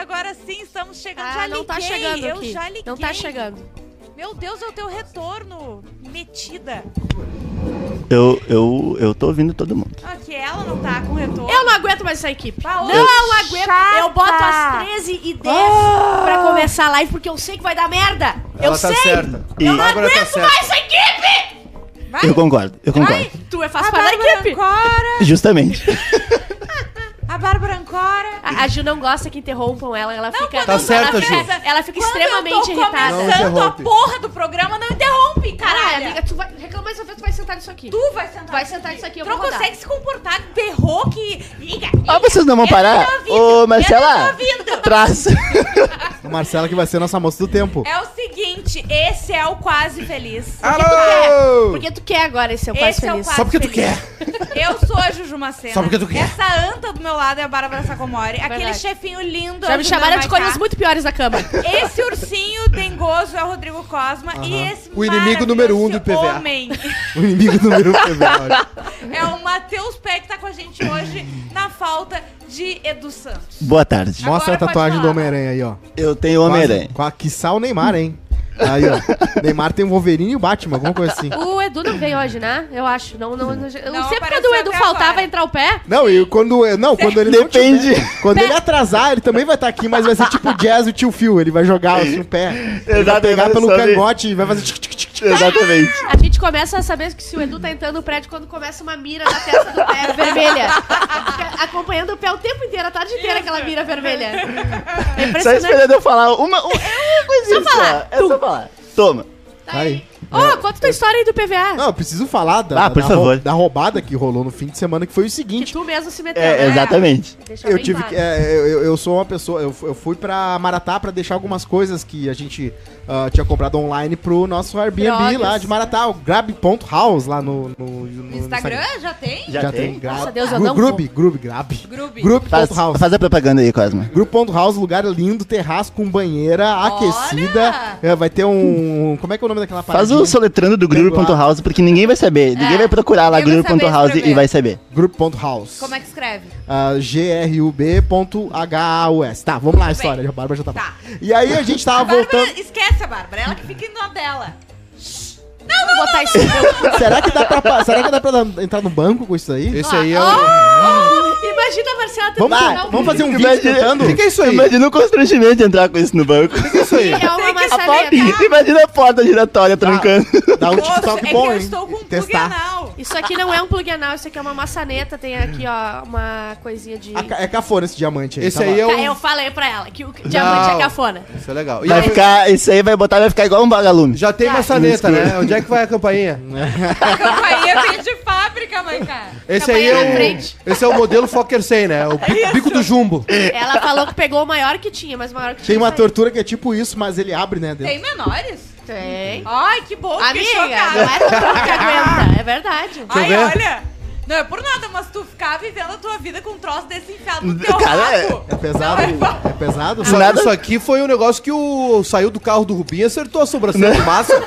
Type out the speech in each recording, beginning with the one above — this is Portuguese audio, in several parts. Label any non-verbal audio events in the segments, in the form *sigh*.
agora sim, estamos chegando. Ah, já não liguei, tá chegando eu aqui. já liguei. Não tá chegando. Meu Deus, é o teu retorno, metida. Eu, eu, eu tô ouvindo todo mundo. Ah, que ela não tá com retorno. Eu não aguento mais essa equipe. Ah, ô, não aguento. chata. Eu boto às 13h10 pra começar a live, porque eu sei que vai dar merda. eu Ela tá sei. certa. E- A Bárbara tá certa. Essa equipe! Vai, Eu concordo, eu concordo. vai. Tu é A fácil parte da Bárbara equipe. Ancora, Justamente. a Bárbara Ancora. A, a Ju não gosta que interrompam ela, ela fica. Tá ela certa, fica- Ju. Ela fica Quando extremamente eu tô irritada. Não começando a interrompe. porra do programa, não interrompe, Caralho, caralho. amiga, tu vai reclamar essa vez, tu vai sentar nisso aqui. Tu vai sentar Vai nisso sentar aqui. nisso aqui, eu Tu vou não rodar. consegue se comportar, berrou que... Liga, Ah, liga. vocês não vão Eu tô parar? ouvindo, Ô, eu Marcela! tô ouvindo. Traz. A Marcela que vai ser nossa moça do tempo. É o seguinte, esse é o Quase Feliz. Alô! Porque tu quer agora esse seu quase Esse é o feliz. Quase Só porque tu Feliz. *laughs* Eu sou a Juju Macena. Só porque tu quer. Essa anta do meu lado é a Bárbara Sacomori. Aquele Verdade. chefinho lindo. é Já o Juliano me chamaram de Maiká. coisas muito piores na cama. Esse ursinho dengoso é o Rodrigo Cosma. E esse O inimigo número um do maravilhoso IPVA. homem O inimigo número um é verdade. é o Matheus Peck que tá com a gente hoje na falta de Edu Santos. Boa tarde. Agora Mostra a pode tatuagem do falar. Homem-Aranha aí, ó. Eu tenho Homem-Aranha. Com a quiçá o Neymar, hein? Aí, ó. Neymar tem o Wolverine e o Batman, alguma coisa assim. O Edu não veio hoje, né? Eu acho. Não, não, não, eu Não não sei porque apareceu o Edu até faltava agora. entrar o pé. Não, e quando, não, quando ele não Depende. tiver- quando ele atrasar, ele também vai estar aqui, mas vai ser tipo o Jazz e o Tio Phil. Ele vai jogar assim, o pé. Ele vai Exato, pegar ele vai pelo saber. cangote e vai fazer... Tic, tic, tic, tic. Exatamente. A gente começa a saber que se o Edu tá entrando no prédio quando começa uma mira na testa do *laughs* pé É vermelha. Fica Acompanhando o pé o tempo inteiro, a tarde inteira, aquela mira vermelha. É Só impressionante. esperando eu falar uma, um- é uma coisinha só. É só falar. Toma. Tá aí. Ô, Vai. É. conta tua história aí do PVA. Não, eu preciso falar da, Ah, por da, favor. rou- da roubada que rolou no fim de semana, que foi o Que seguinte. tu mesmo se meteu. É, né? exatamente. Deixa Eu bem tive claro. que- é, eu, eu sou uma pessoa. Eu, fu- eu fui pra Maratá pra deixar algumas coisas que a gente ah, tinha comprado online pro nosso Airbnb Drogas. lá de Maratá, o grab.house lá no, no, no- no No Instagram já tem? Já, Já tem? tem. grab. Nossa, Deus, eu não Grub, grub, grab. Grube. Faz, Grub.house. faz a propaganda aí, Cosma. Grupo.house, lugar lindo, terraço com banheira aquecida. É, vai ter um. Como é que é o nome daquela Faz paradinha? o soletrando do Groove.house, porque ninguém vai saber. Ninguém vai procurar lá Ninguém vai saber Groove.house escrever. e vai saber. Grupo.house. Como é que escreve? Ah, grub.haus. Tá, vamos lá a história. A Bárbara já tá. Tá. E aí a gente tava Bárbara, voltando. esquece a Bárbara, ela que fica indo na dela. Vou botar isso. Será que dá pra, pa- será que dá pra dar- entrar no banco com *laughs* isso aí? um- Esse Ah, aí é o. Imagina a Marcela tentando Vamos, dar um- vamos fazer um vídeo Imagina- tentando? é Fica isso aí. Imagina o constrangimento de entrar com isso no banco. É uma maçaneta. Imagina a porta giratória trancando. Dá um Moço, TikTok é bom, que eu hein? estou com um plug Testar. anal. Isso aqui não é um plug anal, isso aqui é uma maçaneta. Tem aqui, ó, uma coisinha de. A ca- É cafona esse diamante aí. Esse tá aí é lá. Tá, eu o. falei pra ela que o diamante é Não. cafona. Isso é legal. E Vai aí, ficar, isso aí vai botar, vai ficar igual um vagalume. Já tem maçaneta, né? Onde é que vai a campainha? A campainha *laughs* vem de fábrica, mãe, cara. Esse aí Campainha na é frente. o. Esse é o modelo Fokker 100, né? O bico, bico do jumbo. Ela falou que pegou o maior que tinha, mas o maior que tinha. Tem uma saiu. tortura que é tipo isso, mas ele abre, né? dentro. Tem menores? Tem. Ai, que bom, fiquei Amiga, chocada. Ah. não é tortura que aguenta. É verdade. Ai, ver? olha! Não é por nada, mas tu ficar vivendo a tua vida com um troço desse enfiado no teu Cara, é- rabo. É pesado? É pesado? Isso, nada- isso aqui foi um negócio que o saiu do carro do Rubinho e acertou a sobrancelha do Massa.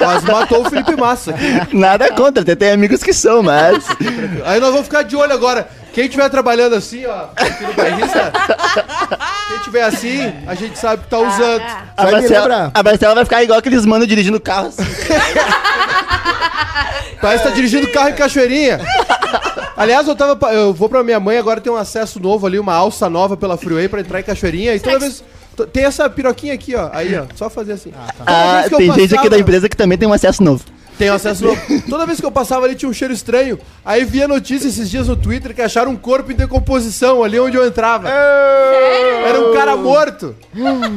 Mas matou o Felipe Massa. aqui. Nada contra, até tem amigos que são, mas. Aí nós vamos ficar de olho agora. Quem estiver trabalhando assim, ó, filho bairrista, quem tiver assim, a gente sabe que tá usando. Ah, A Vai me Marcela, lembrar. a Marcela vai ficar igual aqueles mano dirigindo carro assim. Parece que tá dirigindo carro em Cachoeirinha. Aliás, eu tava. pa- Eu vou pra minha mãe, agora tem um acesso novo ali, uma alça nova pela Freeway pra entrar em Cachoeirinha. E toda vez. to- Tem essa piroquinha aqui, ó. Aí, ó. Só fazer assim. Toda Ah, vez que eu tem gente aqui passava- da empresa que também tem um acesso novo. Tem acesso novo. Toda vez que eu passava ali tinha um cheiro estranho. Aí vi a notícia esses dias no Twitter que acharam um corpo em decomposição ali onde eu entrava. Era um cara morto.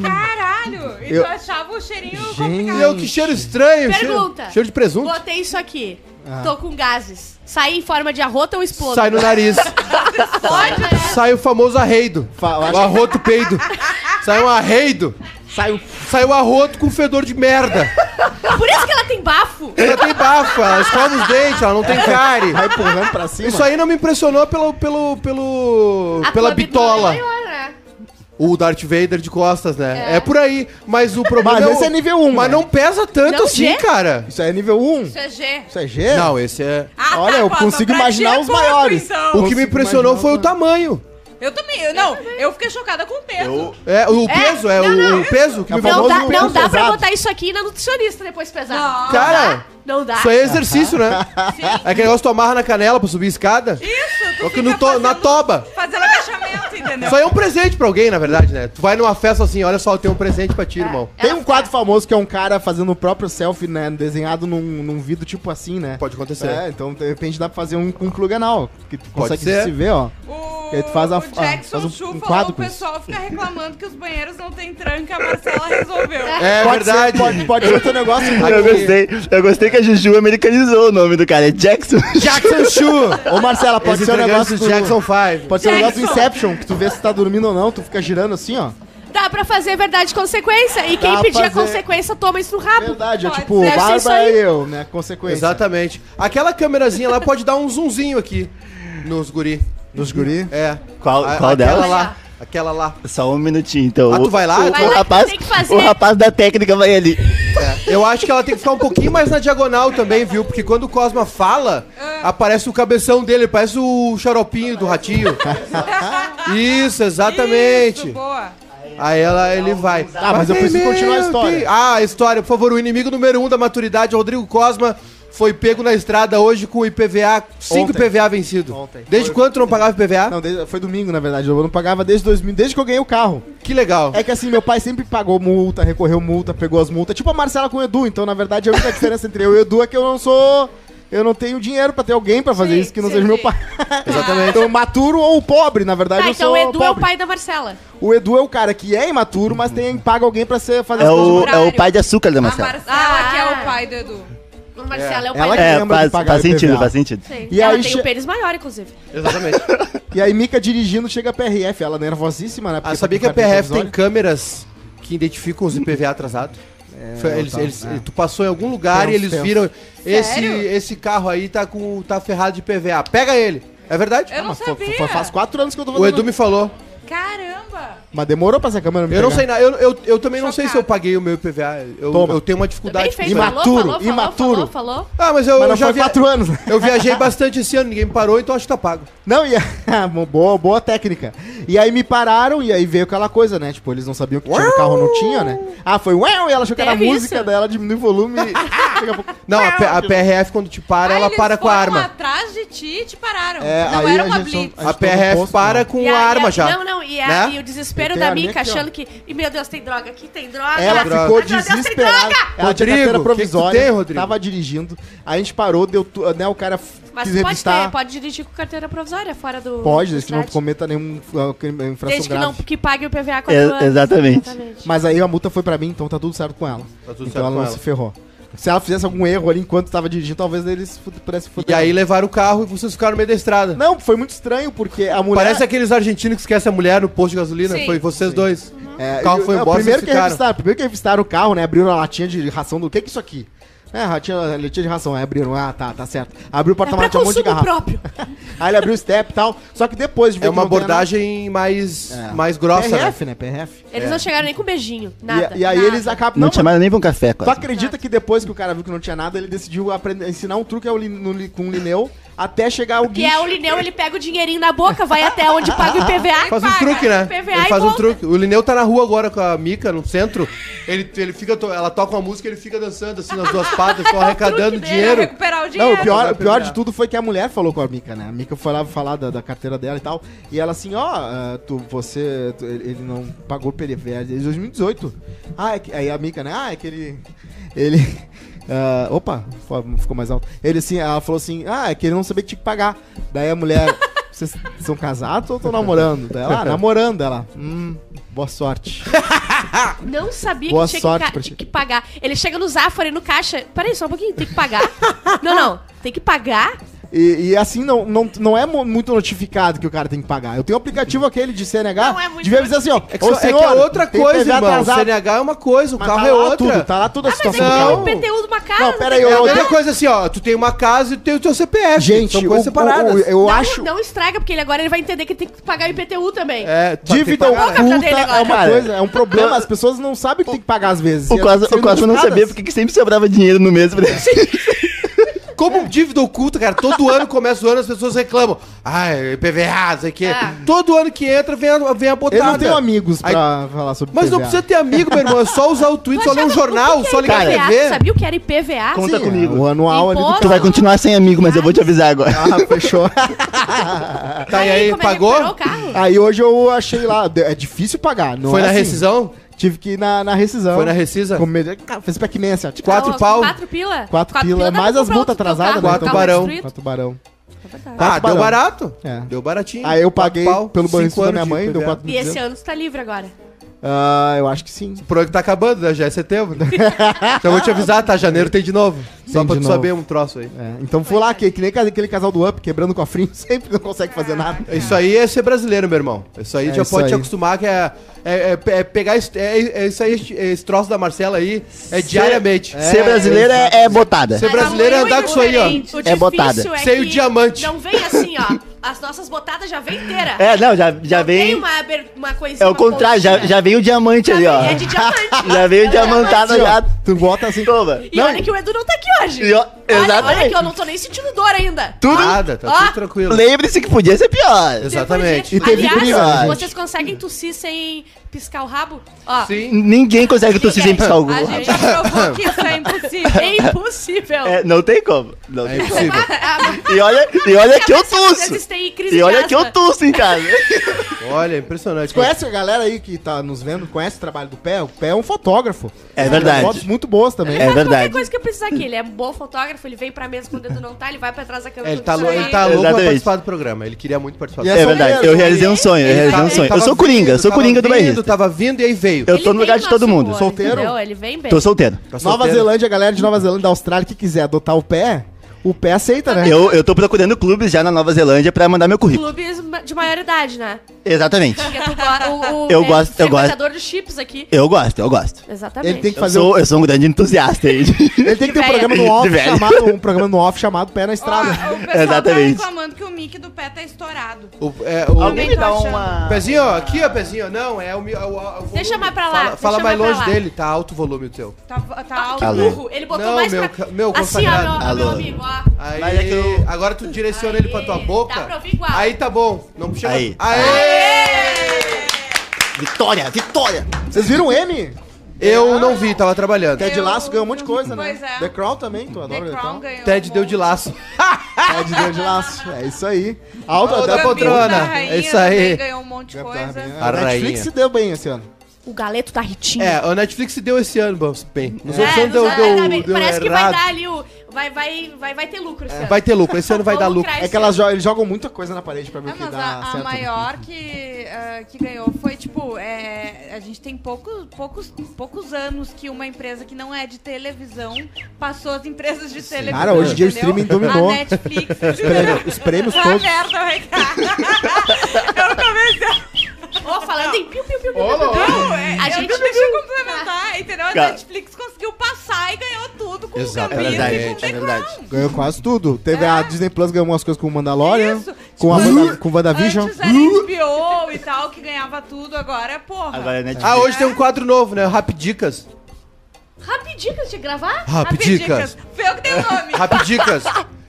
Caralho! E Eu- tu achava o cheirinho E complicado. eu, que cheiro estranho. Pergunta. Cheiro, cheiro de presunto. Botei isso aqui. Ah. Tô com gases. Saí em forma de arrota ou explodo? Sai no nariz. Pode, né? Sai o famoso arreido. Fa- eu O acho- arroto peido. Sai um arreido. Saiu. Sai o arroto com fedor de merda. Por isso que ela tem bafo. Ela tem bafa, ela escova os dentes, ela não tem cárie. Vai empurrando pra cima. Isso aí não me impressionou pelo, pelo, pelo, A pela tua bitola. bitola é maior, né? O Darth Vader de costas, né? É, por aí. Mas o problema Mas é. o- esse é nível 1. Mas não pesa tanto Não, assim, G? cara. Isso aí é nível 1. Isso é G. Isso é G? Não, esse é. Ah, Olha, eu Cosma, consigo pra ti imaginar é os pouco, maiores. então. O que me impressionou foi o tamanho. Eu também. Eu, não, eu fiquei chocada com o peso. Eu, É, o peso, é, não, o, não. o peso que É me o Não falou. famoso dá, peso não dá pra pesado. botar isso aqui na nutricionista depois pesar. Não, Cara, Não dá. isso aí é exercício, né? sim. É aquele negócio que tu amarra na canela pra subir escada. Isso, tu Só que fica no to- tá fazendo, na toba. fazendo agachamento, entendeu? Isso aí é um presente pra alguém, na verdade, né? Tu vai numa festa assim, olha só, eu tenho um presente pra É. ti, irmão. Tem um quadro assim. famoso que é um cara fazendo o próprio selfie, né? Desenhado num, num vidro tipo assim, né? Pode acontecer. É, então de repente dá pra fazer um com um plug anal, que tu Pode consegue ser. se ver, ó. O, E aí tu faz a- o Jackson ah, faz um- Chu um falou quadro o com pessoal fica reclamando que os banheiros não tem tranca, a Marcela resolveu. É pode verdade. Ser, pode, pode ser outro *laughs* negócio. eu gostei, eu gostei que a Juju americanizou o nome do cara, é Jackson. Jackson Chu! Ô, Marcela, pode Esse ser um negócio negócio do Jackson 5. Pode ser um negócio do Jackson. Inception, que tu vê se tá dormindo ou não, tu fica girando assim, ó. Dá pra fazer verdade e consequência. E quem Dá pedir a pra fazer- consequência toma isso no rabo. Verdade, é Pode tipo, ser. Deve ser isso barba aí. e eu, né? Consequência. Exatamente. Aquela câmerazinha lá pode dar um zoomzinho aqui nos guri. Dos guri. É. Qual, A- qual aquela delas? lá. Aquela lá. Só um minutinho, então. Ah, tu O- vai O, lá? Vai o lá que rapaz, tem que fazer. o rapaz da técnica vai ali. É. Eu acho que ela tem que ficar um pouquinho mais na diagonal também, viu? Porque quando o Cosma fala, Ah. aparece o cabeção dele, parece o xaropinho *laughs* do ratinho. Isso, exatamente. Isso, Tá, boa. Aí ela, ele vai. Ah, mas eu tem preciso continuar a meu história. pi- Ah, a história, por favor. O inimigo número um da maturidade, Rodrigo Cosma, foi pego na estrada hoje com o IPVA, 5 Ontem. IPVA vencido. Ontem. Desde Foi- quando tu não pagava IPVA? Não, desde- foi domingo, na verdade. Eu não pagava desde 2000, desde que eu ganhei o carro. Que legal. É que assim, meu pai sempre pagou multa, recorreu multa, pegou as multas. Tipo a Marcela com o Edu. Então, na verdade, a única diferença entre eu e o Edu é que eu não sou. Eu não tenho dinheiro pra ter alguém pra fazer Sim, isso que não sim, seja meu sim. pai. Exatamente. Então, maturo ou pobre, na verdade, Tá, eu então sou o Edu é o pobre. pai da Marcela. O Edu é o cara que é imaturo, mas tem paga alguém pra ser, fazer É as o, coisas. é o pai de açúcar da A Marcela. Marcela Ah. que é o pai do Edu. O Marcela é, o pai Ela da que É, lembra de faz, pagar faz IPVA. sentido, faz sentido. Marcela. E Ela aí tem che- o pênis maior, inclusive. Exatamente. E aí, Mika dirigindo, chega a PRF. Ela nervosíssima, né? *laughs* Ah, sabia que a PRF tem câmeras que identificam os IPVA atrasados? Foi- eles- tá, eles- é. Tu passou em algum lugar Tem e uns eles tempos. viram esse, Sério? esse carro aí tá com tá ferrado de IPVA. Pega ele. É verdade? Eu não Mas fa- sabia. fa- faz quatro anos que eu tô O fazendo. Edu me falou. Caramba. Mas demorou pra essa câmera me Eu não pegar. sei nada. Eu, eu, eu também não sei se eu Chocado. paguei o meu IPVA. Eu, Toma. eu tenho uma Bem dificuldade com feito. isso. aí. Imaturo, falou, falou, imaturo. falou. Ah, mas eu, Mas eu não já foi vi... quatro anos. né? Eu viajei bastante esse ano, ninguém me parou, então acho que tá pago. Não, e *laughs* ah, boa, boa técnica. E aí me pararam e aí veio aquela coisa, né? Tipo, eles não sabiam que tinha no carro ou não tinha, né? Ah, foi uau, e ela achou que era a Teve música, isso. daí ela diminui *laughs* o volume. e- Daqui a pouco- Não, a, P- a PRF quando te para, Ah, ela eles para com a foram arma. atrás de ti e te pararam. É, não aí era a uma gente só- blitz. a A gente todo PRF posto, para né? com E a e arma já. Não, não, e, a- Né? e o desespero Eu da tenho a minha Mica aqui, ó. achando que. E meu Deus, tem droga aqui, tem droga. Ela droga. ficou Ai, meu Deus, tem desesperada. droga! Ela tinha Rodrigo, o que que carteira tu provisória. tem, Rodrigo? Tava dirigindo. A gente parou, deu tu- né, o cara f- Mas quis pode ter, revistar. pode dirigir com carteira provisória fora do. Pode, da desde que não cidade. cometa nenhum uh, crime- infração Desde que grave. não que pague o PVA com É, exatamente. Mas aí a multa foi pra mim, então tá tudo certo com ela. Tá tudo então certo ela com não ela. se ferrou. Se ela fizesse algum erro ali enquanto tava dirigindo, talvez eles fu- pudessem E fuder. aí levaram o carro e vocês ficaram no meio da estrada. Não, foi muito estranho, porque a mulher... Parece aqueles argentinos que esquecem a mulher no posto de gasolina. Sim. Foi vocês dois. É, O carro e- foi não, embora, primeiro vocês que ficaram. revistaram, primeiro que revistaram o carro, né? Abriram a latinha de ração do. O que que é isso aqui? É, latinha, latinha de ração. Aí abriram. Ah, tá, tá certo. Abriu o É pra porta-malas, tinha um monte de consumo garrafa. próprio. Aí ele abriu o step e tal. Só que depois de É que uma não tinha abordagem mais, nada- É. mais grossa. né? PRF, né? PRF. Eles não chegaram nem com beijinho. Nada. e, e aí nada. eles acabam. Não, Não, te chamaram nem pra um café, mas tu quase. acredita que depois que o cara viu que não tinha nada, ele decidiu aprender, ensinar um truque ao lin- no li- com o Lineu até chegar o Que é o Lineu, ele pega o dinheirinho na boca, vai até onde paga o IPVA. Faz um Paga, truque, né? PVA Ele e faz um volta. truque. O Lineu tá na rua agora com a Mica no centro. Ele, ele fica, to- ela toca uma música e ele fica dançando assim nas duas patas, *laughs* só arrecadando truque dele, Pra é dinheiro. é recuperar o dinheiro. Não, o pior, Vai o pior pegar. de tudo foi que a mulher falou com a Mica, né? A Mica foi lá falar da, da carteira dela e tal. E ela assim, ó, ah, tu, você, tu- ele ele não pagou PVA desde 2018. Ah, é que, aí a Mica, né? Ah, é que ele... Ele... *laughs* ah, opa, fo- ficou mais alto. Ele assim, ela falou assim, ah, é que ele não sabia que tinha que pagar. Daí a mulher, vocês são casados ou estão namorando? Daí ela, ah, namorando. Ela, hum, boa sorte. Não sabia Boa que tinha sorte que, pra ca- ti. tinha que pagar. Ele chega no Zafari, no caixa. Peraí, só um pouquinho, tem que *laughs* pagar. não, não, tem que pagar. E, e assim, não, não, não é mo- muito notificado que o cara tem que pagar. Eu tenho um aplicativo aquele de CNH. Não é muito devia dizer assim, ó. É que, "Ô, só- é que é senhor, outra tem coisa, PVA irmão. O atrasado." CNH é uma coisa, o Mas carro tá é lá outra. Tudo, tá lá toda Ah, a mas situação aqui é do o um Não. carro. IPTU de uma casa. Não, tem pera aí, que eu- É pagar. outra coisa assim, ó. Tu tem uma casa e tem o teu CPF. Gente, são coisas o- separadas. o- o- eu não, acho. não estraga, porque ele agora ele vai entender que tem que pagar o IPTU também. É, tu tem que Dívida pagar, né? Vamos oculta atrás dele é agora. uma Cara, coisa, é um problema. As pessoas não sabem que tem que pagar às vezes. O E Cosma, elas são o Cosma não notificadas. né? sabia porque que sempre sobrava dinheiro no mês pra ele. Como dívida oculta, cara, todo ano, começa o ano, as pessoas reclamam. Ah, IPVA, não sei o quê. Ah. Todo ano que entra, vem a, vem a botada. Eu não tenho amigos Aí- pra falar sobre Mas não PVA. precisa ter amigo, meu irmão. É só usar o Twitter, só ler um jornal, só ligar a IPVA? Tu TV. sabia o que era IPVA? Conta Sim, comigo. O anual ali do Imposto. Tu vai continuar sem amigo, mas eu vou te avisar agora. *laughs* Ah, *laughs* fechou. Tá, e aí, como é pagou? Ele recuperou o carro? Aí hoje eu achei lá, é difícil pagar. Não Foi é na assim. rescisão? Tive que ir na, na rescisão. Foi na rescisa? Comer... Cara, fez Pac-Man assim, ó. Tipo, Quatro Então, pau. Quatro pila? é Quatro, pila, é dá pra mais as comprar multas outro teu atrasadas, né? então. Quatro carro barão. destruído. Quatro barão. Ah, deu barão. barato. Tá É. Deu baratinho. Aí eu Quatro paguei pau, pelo cinco banheiro da anos minha de mãe, deu IPVA. 4 E esse ano tu tá livre agora. Ah, eu acho que sim. O programa tá acabando, né? Já é setembro. *laughs* né? então eu vou te avisar, tá? Janeiro tem de novo. Só Tem pra de tu novo. saber um troço aí. É, então fui lá, que, que nem aquele casal do Up, quebrando o cofrinho, *laughs* sempre não consegue fazer nada. Isso aí é ser brasileiro, meu irmão. Isso aí É já isso pode te aí. acostumar que é, é, é- é pegar esse, é- é isso aí, esse, esse troço da Marcela aí é diariamente. Ser brasileiro é, é botada. Ser brasileiro é Mas andar com isso aí, ó. muito diferente. É difícil botada. é Sem o que diamante. Não vem assim, ó. As nossas botadas já vem inteira. É, não, já, já Não Tem vem. uma, aber- uma coisinha. É o uma contrário, já, pontinha. já vem o diamante Já ali, vem- ó. É de diamante. *laughs* Já veio É diamantada Assim, ó, já. tu bota assim. Toma. E olha que o Edu não tá aqui hoje. E ó- Olha, olha exatamente. que eu não tô nem sentindo dor ainda. Tudo. Nada, tá Ó. tudo tranquilo. Lembre-se que podia ser pior. Exatamente. E teve Aliás, briga, gente. vocês conseguem tossir sem piscar o rabo? Ó, Sim. Ninguém consegue tossir sem piscar o A gente já provou que isso é impossível. é impossível. *laughs* É, não tem como. Não É tem como. impossível. E olha, e olha que eu Vocês tuço. têm crise E olha de que eu asma. tuço em casa. Olha, é impressionante. Conhece a galera aí que tá nos vendo, conhece o trabalho do Pé? O Pé é um fotógrafo. É Ele verdade. Fotos muito boas também. É verdade. Qualquer coisa que eu precisar aqui. Ele é um bom fotógrafo, ele vem pra mesa quando o Edu não tá, ele vai pra trás da câmera. É, ele tá, tudo lou- isso ele tá aí. louco pra Exatamente. participar do programa. Ele queria muito participar do E É programa. verdade, eu realizei um sonho, eu realizei um Tava- sonho. Eu tava sou coringa, vindo, sou tava coringa do vindo, bairrista. Tava vindo e aí veio. Eu tô Ele no lugar vem de todo maçom, mundo. olha, Solteiro? entendeu? Ele vem bem. Tô solteiro. Tá solteiro. Nova Zelândia, a galera de Nova Zelândia, da Austrália, que quiser adotar o Pé, o Pé aceita, né? Eu, eu tô procurando clubes já na Nova Zelândia pra mandar meu currículo. Clubes ma- de maioridade, né? Exatamente. Porque tu go- o, o *laughs* Eu é, gosto, eu gosto. frequentador de chips aqui. Eu gosto, eu gosto. Exatamente. Ele tem que Eu fazer. um- sou, eu sou um grande entusiasta aí. Ele tem que ter um De programa no velho. off De velho. chamado. Um programa no off chamado Pé na Ó, Estrada. *laughs* o pessoal Exatamente. tá reclamando que o mic do pé tá estourado. tá O, é, o- Alguém me dá Pezinho, ó, aqui, ó, Pezinho. Não, é o. mi- é o- é o Deixa volume. mais pra lá, Fala, fala deixa mais mais pra longe lá. dele, tá alto o volume o teu. Tá, tá Ah, alto. Que Alô. burro. Ele botou Não, mais meu pra... ca- meu assim, ó, meu, consagrado. meu Alô. amigo, ó. Aí, Mas é que eu- agora tu direciona ele pra tua Aí, boca. dá pra ouvir igual. Aí tá bom. Não chega. Aí. Vitória, vitória! Vocês viram M? Eu não vi, tava trabalhando. Ted Eu- Lasso ganhou um monte de coisa, né? Pois é. The Crown também, tu adora The The, Crown Crown. *laughs* ganhou. Ted um deu de monte. laço. Ted deu de laço. É isso aí. Alto Ô, até da Gambito poltrona. da rainha É isso aí. também Ganhou um monte de coisa. A A tá Netflix rainha. se deu bem esse ano. O galeto tá ritinho. É, a Netflix se deu esse ano, bom, bem. Os É, outros anos não deu, sabe, deu, sabe? deu Parece que vai errado. dar ali o... Vai, vai, vai, vai ter lucro, esse ano. É. Vai ter lucro, esse ano vai Vou dar lucro. lucrar É esse que elas jo- eles jogam muita coisa na parede pra ver Ah, o que mas dá a, a certo. né? maior que, ah, que ganhou foi, tipo, é, a gente tem poucos, poucos, poucos anos que uma empresa que não é de televisão passou as empresas de televisão. Cara, hoje em dia o entendeu? streaming dominou. A Netflix. Prêmio- *laughs* Os prêmios Vai todos. merda, vai cá. *laughs* Eu comecei. ano. Ó, falando em piu, piu, piu, piu, Ô, piu, piu, Não, é, A a gente gente deixa eu complementar, entendeu? A Cara. Netflix conseguiu passar e ganhou tudo com o Exato, É Gambino verdade, e com o é The verdade. Crown. Ganhou quase tudo. Teve a Disney Plus ganhou umas coisas com o Mandalorian, É. Isso. com, a Tipo, Wanda, com o WandaVision. Antes era HBO e tal, que ganhava tudo, agora, porra. Agora é Netflix. Ah, hoje tem um quadro novo, né? Rapidicas. Rapidinho que eu tinha que gravar? Ah, Rapidicas. Foi eu que dei o nome. Rapidicas.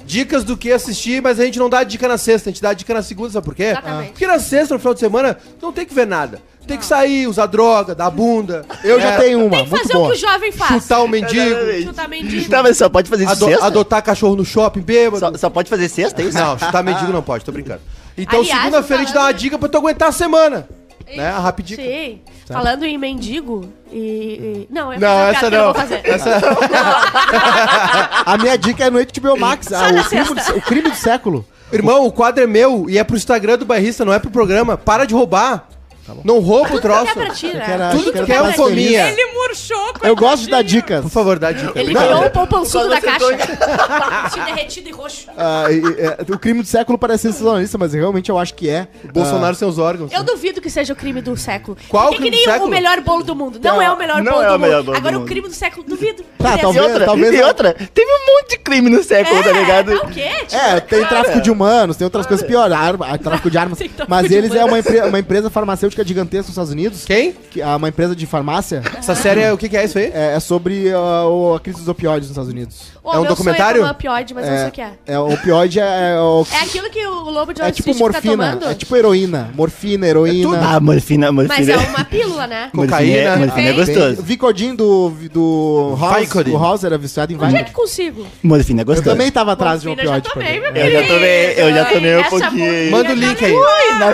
Dicas do que assistir, mas a gente não dá dica na sexta, a gente dá dica na segunda, sabe por quê? Exatamente. Porque na sexta, no final de semana, não tem que ver nada. Tem que sair, usar droga, dar bunda. Eu já é, tenho Tem uma, que muito fazer o boa. que o jovem faz. Chutar o mendigo, Exatamente. Chutar mendigo. Tá, mas só pode fazer isso ado- sexta? adotar cachorro no shopping, bêbado. Só, só pode fazer sexta, é isso? Não, chutar mendigo não pode, tô brincando. Então, Aliás, segunda-feira a gente dá uma falando- dica pra tu aguentar a semana. Né? A rapidica. Sim. Falando em mendigo e... e- Não, eu ia Não, fazer uma piada essa que eu não. vou fazer. A minha dica é no *laughs* HBO Max, a- o, crime do, o crime do século. Irmão, o quadro é meu e é pro Instagram do bairrista, não é pro programa. Para de roubar. Tá não rouba o Tudo que troço. é pra ti, né? Que era- Tudo que que era quer pra um ser fominha. Ele murchou. Eu gosto de dar coitadinho. dicas. Por favor, dá dica. Ele Não, é virou um pomponçudo da Quando *laughs* você caixa. Se derretido e roxo. Ah, e- e- é, o crime do século parece sensacionalista, mas realmente eu acho que é. o Bolsonaro sem os órgãos. Eu duvido que seja o crime do século. Qual Porque o que crime nem do o- século? o melhor bolo do mundo. Não, Não, é o melhor não bolo é do o melhor mundo. bolo do Agora o mundo. crime do século, duvido. Tá, Beleza. E talvez- outra, talvez e não. outra, teve um monte de crime no século, tá ligado? É, tá o quê? Tipo, É, tem tráfico de humanos, tem outras coisas piores, arma, tráfico de *laughs* armas. Tem tráfico Mas de eles é humanos. uma, empre- uma empresa farmacêutica farmacêutica gigantesca nos Estados Unidos, Quem? que é uma empresa de farmácia, Essa série, é- o que, que é isso aí? é, é sobre ah, o- a crise dos opioides nos Estados Unidos. Ô, É um meu documentário? Sonho é tomar opioide, mas não sei o que é. É, o opioide é, é o- É aquilo que o lobo de é Wall tipo Street fica morfina, tomando? é tipo heroína, morfina, heroína. Ah, morfina, morfina. Mas é uma pílula, né? Morfina é- Cocaína. Morfina Tem- é O gostoso. Vicodin do, do House, Vicodin. o House era viciado em Onde é Vicodin. que consigo? Morfina é Eu gostoso. também tava atrás de um Morfina eu já opioide. tomei, por meu exemplo. Eu já tomei, eu já tomei um Essa tá pouquinho. aí. Manda o é link aí.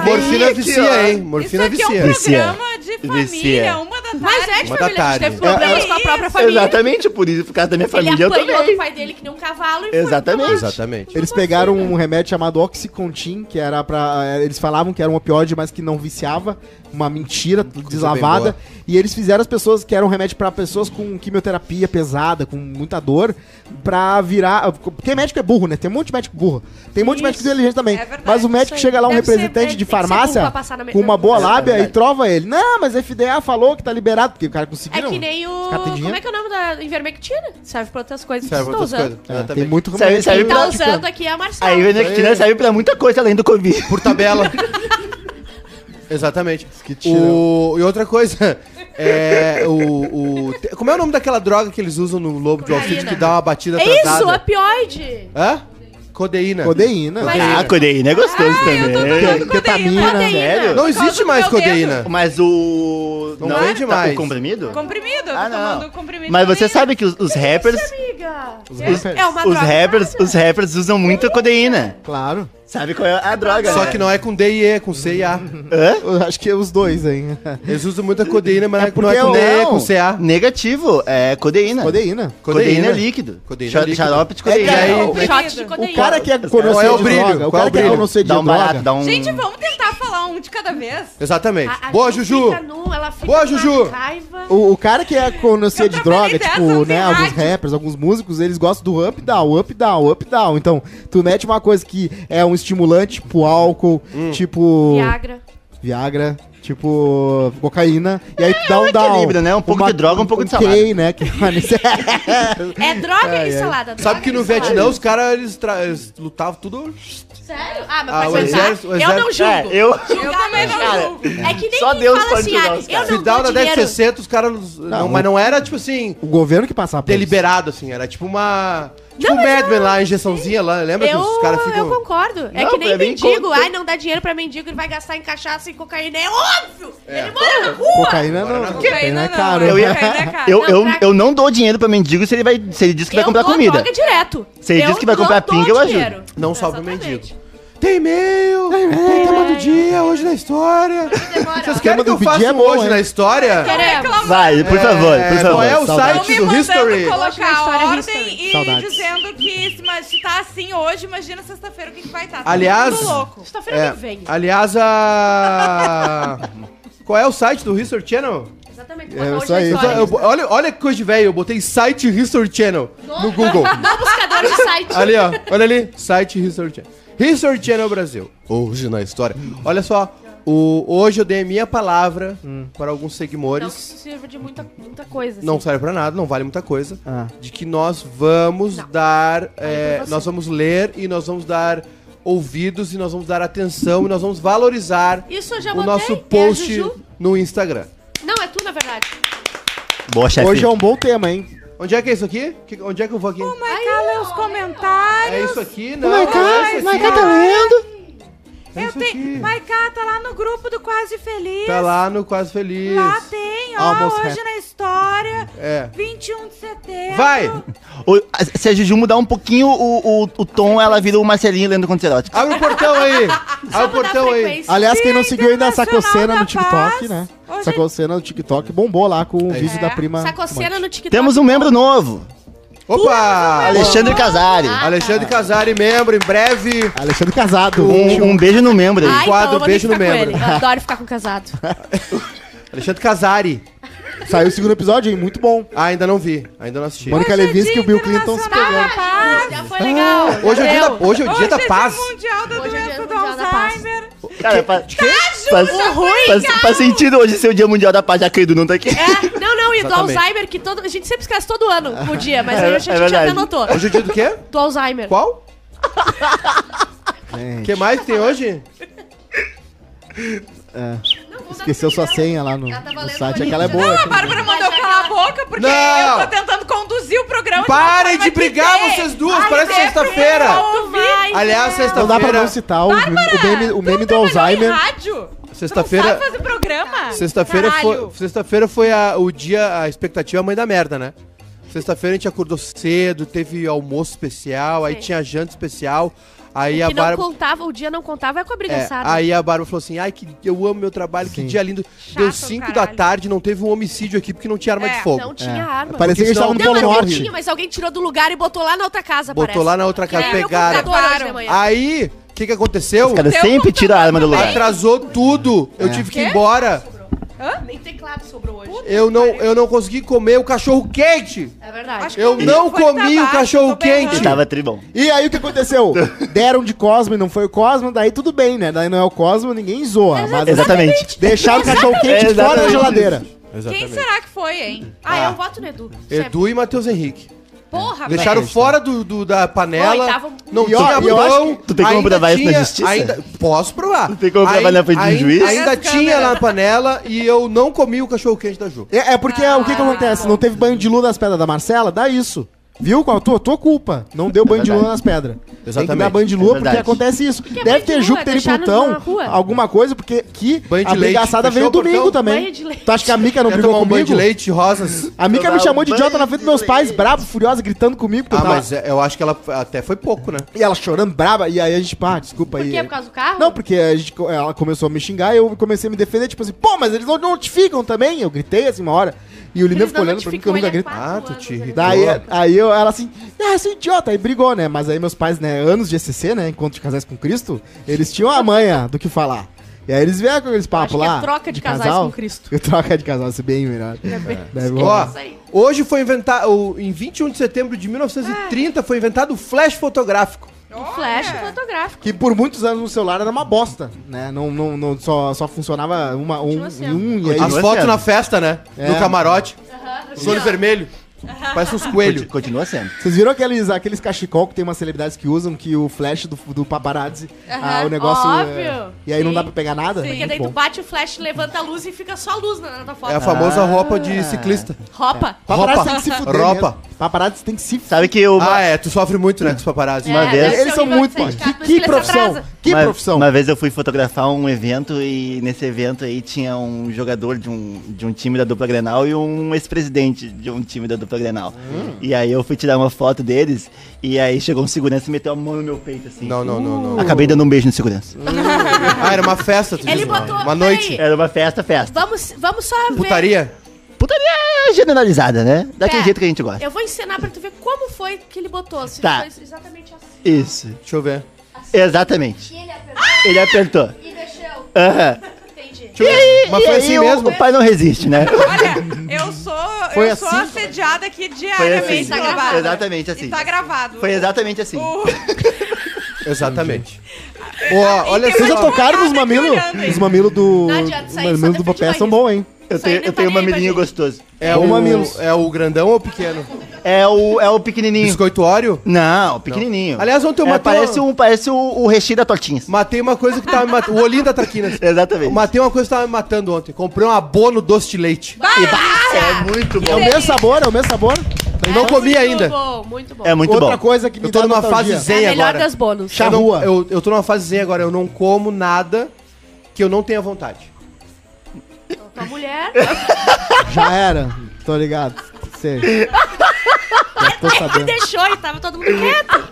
Morfina vicia, hein? Morfina Isso aqui é um Vicia. vicia. programa de família, Vicia. uma da tarde. Mas é de Uma da família, a gente tarde. teve problemas É. com a própria família. Exatamente, por isso, por causa da minha família, eu Ele apanhou também. do pai dele que nem um cavalo e foi Exatamente. Exatamente. Eles pegaram né? um remédio chamado Oxycontin, que era para Eles falavam que era um opioide, mas que não viciava. Uma mentira deslavada. E eles fizeram as pessoas, que era um remédio pra pessoas com quimioterapia pesada, com muita dor, pra virar. Porque médico é burro, né? Tem um monte de médico burro. Tem um monte de médico inteligente também. É verdade, mas o médico isso aí. chega lá, um Deve ser- representante é, tem de que ser burro farmácia, pra passar na me- com uma boa É lábia, e verdade. trova ele. Não, mas a FDA falou que tá liberado, porque o cara É conseguiu. que nem o. Os caras têm dinheiro. Como é que é o nome da Invermectina? Serve pra outras coisas Serve que você tá outras coisas. usando. É, tem muito Serve- remédio serve que- Quem tá pra- usando aqui é a Marcela. A ivermectina serve pra muita coisa além do Covid. *laughs* Por tabela. Exatamente. tira. O- E outra coisa, é o, o- te- Como é o nome daquela droga que eles usam no lobo de Wall Street Cocaína. que dá uma É batida isso, atrasada? opioide! Hã? Codeína. Codeína. Mas- Ah, a codeína é gostoso também. é Tá Ketamina. Sério? Não Por causa existe do mais meu dedo. codeína. Mas o... Não é vende mais. O comprimido? Comprimido, eu tô Ah, não. tomando comprimido. Mas você é. também. sabe que os, os rappers... Nossa, amiga! rappers. É uma Os droga. rappers, os rappers usam muito codeína. Claro. Sabe qual é a droga, Só né? que não é com D e E, é com C e A. Hã? Eu acho que é os dois, hein? Eles usam muita codeína, mas não é porque com D e E, é não. com C A. um Negativo, é codeína. Codeína. Codeína, Codeína. é líquido. Codeína Xa- é líquido. Xarope de E codeína. aí, Um shot de O codeína. O cara que é Qual é conhecido o de brilho? droga, o Qual é cara o que é brilho? conhecido de Dá um barato, droga, dá um... Gente, vamos tentar falar um de cada vez. Exatamente. A- a Boa, Ju Juju. fica nu, ela fica Boa, com uma Juju. raiva. o, o cara que é conhecido Eu de trabalhei droga, dez tipo, anos né, em alguns rádio. rappers, alguns músicos, eles gostam do up down, up down, up down. Então, tu mete uma coisa que é um estimulante, tipo álcool, Hum. tipo Viagra. Viagra, tipo cocaína, e aí tu dá um down. equilíbrio, né? Um pouco de droga, um pouco de salada. K, né? Que é uma- É droga e salada. droga Sabe que no e salada. Vietnã os caras eles tra- eles lutavam tudo. Sério? Ah, mas Ah, pode o pensar. exército- o Eu não exército- julgo. É, eu... Eu também não Cara, julgo. É que nem Só quem Deus fala pode assim, julgar ah, os eu caras. não Final da dou dinheiro. 1060, os caras. Não, Não. mas não era tipo assim, *laughs* o governo que passar por isso. deliberado, assim. Era tipo uma. Tipo Não, um mas Madman lá, a injeçãozinha lá. Lembra que os caras Eu, eu ficam. concordo. É Não, que nem pra mim mendigo. conta. Ai, não dá dinheiro pra mendigo, ele vai gastar em cachaça e cocaína. É óbvio! Ele mora na rua! Cocaína não, Agora não. cocaína é não, caro. eu ia- né? Eu, eu, Não, pra- eu não dou dinheiro pra mendigo se ele, vai, se ele diz que vai Eu comprar dou comida. droga direto. Se ele Eu disse que vai não comprar dou pinga, eu ajudo. dinheiro. Não salva o Exatamente. mendigo. Tem e-mail! Tem tema do dia, hoje na história. Demora. Vocês querem Tema que eu do dia faça é um bom, hoje hein? na história? Queremos. Vai, por favor, É, por favor. Qual é o Saudade. site Estão me do mandando History? Hoje a colocar história é ordem history. e Saudades. dizendo que se, mas se tá assim hoje, imagina sexta-feira o que, que vai estar. Tá Aliás- Tudo louco. Sexta-feira É, tá que vem. *laughs* aliás, a. Qual é o site do History Channel? Exatamente. É, Bota hoje isso na aí. Eu- história. eu- olha, olha que coisa de velho, eu botei site History Channel no Google. Não buscador de site. *laughs* Ali, ó. Olha ali. Site History Channel. History Channel Brasil. Hoje na história. Olha só. o- hoje eu dei a minha palavra Hum. para alguns Não que seguidores. isso sirva de muita, muita coisa. Não assim. serve para nada, não vale muita coisa. Ah. De que nós vamos dar. é, pra você. nós vamos ler e nós vamos dar ouvidos e nós vamos dar atenção e nós vamos valorizar Isso eu já o mandei. nosso é a post Juju. no Instagram. Não, é tu, na verdade. Boa, chefe. Hoje é um bom tema, hein? Onde é que é isso aqui? Que- onde é que eu vou aqui? Vai cá ler os comentários. É isso aqui? Não, não é isso aqui. tá É Eu isso tenho. aqui. Maiká tá lá no grupo do Quase Feliz. Tá lá no Quase Feliz. Lá Tá, tem, ó, Almost hoje happy. na história, É. 21 de setembro. Vai! O- se a Juju mudar um pouquinho o, o, o tom, ela vira o Marcelinho lendo contos eróticos. Abre o portão *laughs* aí! Abre o Vamos dar portão aí! frequência. Aliás, quem não Dia seguiu ainda a Internacional Sacocena da no TikTok, Paz. né? Hoje- Sacocena no TikTok bombou lá com o É. vídeo da prima. Sacocena no TikTok. Temos um membro novo. Opa! Alexandre Casari. Ah, tá. Alexandre Casari, membro, em breve. Alexandre Casado. Um, um beijo no membro aí. Ai, quadro, então eu vou beijo beijo no ficar com membro. ele. Eu adoro ficar com casado. Alexandre Casari. Saiu o segundo episódio, hein? Muito bom. Ah, ainda não vi, ainda não assisti. Mônica Levinsky e o Bill Clinton se pegou. Internacional da Paz. Já foi legal. Hoje é o dia da, valeu. hoje é o dia Hoje é da Dia paz. Mundial da Hoje é Dia Doença do Mundial da Paz. Alzheimer. Cara, fa- Ju, faz, tá ruim, faz- cara. faz sentido hoje ser o Dia Mundial da Paz, já que o Edu não tá aqui. É, não, não, e do Exatamente. Alzheimer, que todo, a gente sempre esquece todo ano o dia, mas É, hoje a gente é até verdade. anotou. Hoje é o dia do quê? Do Alzheimer. Qual? O Gente, que mais que tem hoje? é. Não, vou Esqueceu sua senha. senha lá no, Ela tava no lendo site. uma Aquela é lista. boa. Não, aquela A Bárbara mandou eu calar a boca porque Não. eu tô tentando conduzir o programa. de uma Parem forma de que brigar, dê. vocês duas, Ai, parece dê sexta-feira. pra eu ouvir. Aliás, Não dá pra não sexta-feira. citar o, o meme, o meme do Tu não trabalhou em Alzheimer. rádio? Tu não Sexta-feira- sabe fazer programa? Sexta-feira Caralho. foi, sexta-feira foi a- o dia, a expectativa mãe da merda, né? Sexta-feira a gente acordou cedo, teve almoço especial, aí Sim. tinha janta especial, aí O a que não Bárbara. contava, o dia não contava, é com a briga É, assada. aí a Bárbara falou assim: ai, que eu amo meu trabalho, que Sim. dia lindo. Chato Deu do 5 da caralho. tarde, não teve um homicídio aqui porque não tinha arma É, de fogo. Não tinha arma. Parecia que Porque eles estavam no Não, Polo mas não Norte. tinha, mas alguém tirou do lugar e botou lá na outra casa, Botou parece. lá na outra casa, Que É, nem meu pegaram. Ah. computador hoje de Levaram. manhã. Aí, o que, que aconteceu? Os caras Teu sempre tiram a arma do lugar. Atrasou tudo. Eu É. tive que Quê? ir embora. Nem teclado sobrou hoje. Eu não, eu não consegui comer o cachorro quente. É verdade. Acho que Eu o bicho não foi comi o trabalho, cachorro tô berrando. quente. E tava tribom. E aí o *laughs* que aconteceu? Deram de Cosmo e não foi o Cosmo, daí tudo bem, né? Daí não é o Cosmo, ninguém zoa. Mas Exatamente. deixaram o cachorro quente É, fora da exatamente geladeira. Tá. Quem será que foi, hein? Ah, Ah. eu voto no Edu. Sempre. Edu e Matheus Henrique. Porra, Deixaram velho. fora do, do- da panela. Oi, tava- Não E ó, tinha e eu acho pão. que- Tu tem como ainda provar isso na tinha- justiça? ainda- posso provar. Tu tem como provar na frente de um ainda- juiz? Ainda Olha as tinha lá câmeras. na panela e eu não comi o cachorro quente da Ju. É, é porque o Ah, que, que acontece? Não teve banho de lua nas pedras da Marcela? Dá isso. Viu? Com a tua, tua culpa. Não deu banho de lua verdade. nas pedras. Tem que Exatamente. dar banho de lua É porque verdade. acontece isso. é Deve banho de ter lua? Júpiter e Deixar no- na Plutão, rua? alguma coisa, porque que Banho de a leite. brigaçada veio Fechou o domingo portão? também. Banho de leite. Tu acha que a Mica não Quer brigou tomar um banho comigo? de leite, rosas? A Mica Eu me dava chamou de banho idiota na frente dos meus de pais, leite. bravo, furiosa, gritando comigo. tá. porque Ah, eu tava- mas é- eu acho que ela até foi pouco, né? E ela chorando, braba. E aí a gente, pá, desculpa Por aí. quê? é Por causa do carro? Não, porque a gente, ela começou a me xingar e eu comecei a me defender, tipo assim, pô, mas eles não notificam também. Eu gritei assim uma hora. E o Lineu Eles ficou não olhando pra mim que eu notificam ele nunca é há quatro grito. Ah, tu anos, te ele- irritou. Daí, Boa. aí eu, ela assim, ah, seu idiota, aí brigou, né? Mas aí meus pais, né, anos de ECC, né, encontro de casais com Cristo, eles tinham a manha do que falar. E aí eles vieram com aqueles papos Acho que é lá. troca de casais com Cristo. Eu troca de casal, isso *laughs* é bem melhor. É, Deve Ó, rolar. isso aí. hoje foi inventado, em 21 de setembro de 1930, foi inventado o flash fotográfico. Olha. Flash fotográfico. que por muitos anos no celular era uma bosta, né? Não, não, não só, só funcionava uma, um, Continua sendo. um e aí As Continua fotos sendo. na festa, né? É. Do camarote. Os olhos Assim, ó. vermelhos. Parece uns Conti- coelhos. Continua sendo. Vocês viram aqueles, aqueles cachecol que tem umas celebridades que usam que o flash do, do paparazzi, ah, o negócio. Óbvio. é, e aí não Sim. é dá pra pegar nada? Porque Muito daí tu bom. bate o flash, levanta a luz e fica só a luz na, na tua foto. É a famosa roupa de ciclista. Ropa. Paparazzi Ropa. tem que se fuder. Ropa. mesmo. Paparazzi tem que se fuder. Sabe que uma, Ah, é, tu sofre muito, né, com os paparazzi. Uma É, vez- deve ser Eles são o nível muito de bons. sindicato, Que, por isso que eles profissão. atrasam. Que uma, profissão. Uma vez eu fui fotografar um evento e nesse evento aí tinha um jogador de um, de um time da dupla Grenal e um ex-presidente de um time da dupla Grenal. Hum. E aí eu fui tirar uma foto deles e aí chegou um segurança e meteu a mão no meu peito assim. Não, não, não, Uh, não. Acabei dando um beijo no segurança. Ah, era uma festa, tu Ele disse, não. botou- Uma noite. peraí. Era uma festa, festa. Vamos, vamos só ver. Putaria? Putaria generalizada, né? Daquele Pé. jeito que a gente gosta. Eu vou ensinar pra tu ver como foi que ele botou. Se Tá. foi exatamente assim. Isso. Deixa eu ver. Exatamente. E ele apertou Ele apertou. e mexeu. Aham. Entendi. Deixa eu ver. Mas E foi aí assim o- mesmo? O pai não resiste, né? Olha, eu sou, Foi eu sou assim? assediada aqui Foi diariamente. assim. Tá gravado. Exatamente E assim. tá gravado. Foi exatamente assim. Exatamente. Ah, Ó, olha Vocês já só. tocaram nos Tá mamilos? olhando aí. Os mamilos do. Não adianta, isso aí Os só mamilos do defende Bopé são mais. bons, hein? Eu Isso aí tenho, não eu tenho um tá nem aí pra mamilinho gente. gostoso. É Ou o, mamilos. é o grandão ou o pequeno? É o, é o pequenininho. Biscoito Oreo? Não, pequenininho. Aliás, ontem eu É, matei, parece, uma, um, parece o, o recheio da tortinha. matei uma coisa que tava me matando. O olhinho da Traquina. Exatamente. né? Matei uma coisa que tava me matando ontem. Comprei um abono doce de leite. E, bah, é muito É o bom. mesmo sabor, é o mesmo sabor. Eu não comi é muito ainda. Bom, muito bom. É muito Outra bom. coisa que me Eu tô dá numa Tá nostalgia. Tá fase É a zen melhor agora. das bônus. Eu, não- Charrua. eu, eu tô numa fase zen agora. Eu não como nada que eu não tenha vontade. Tua mulher. Já era, tô ligado. Sei. Já tô Me sabendo. deixou e tava todo mundo quieto.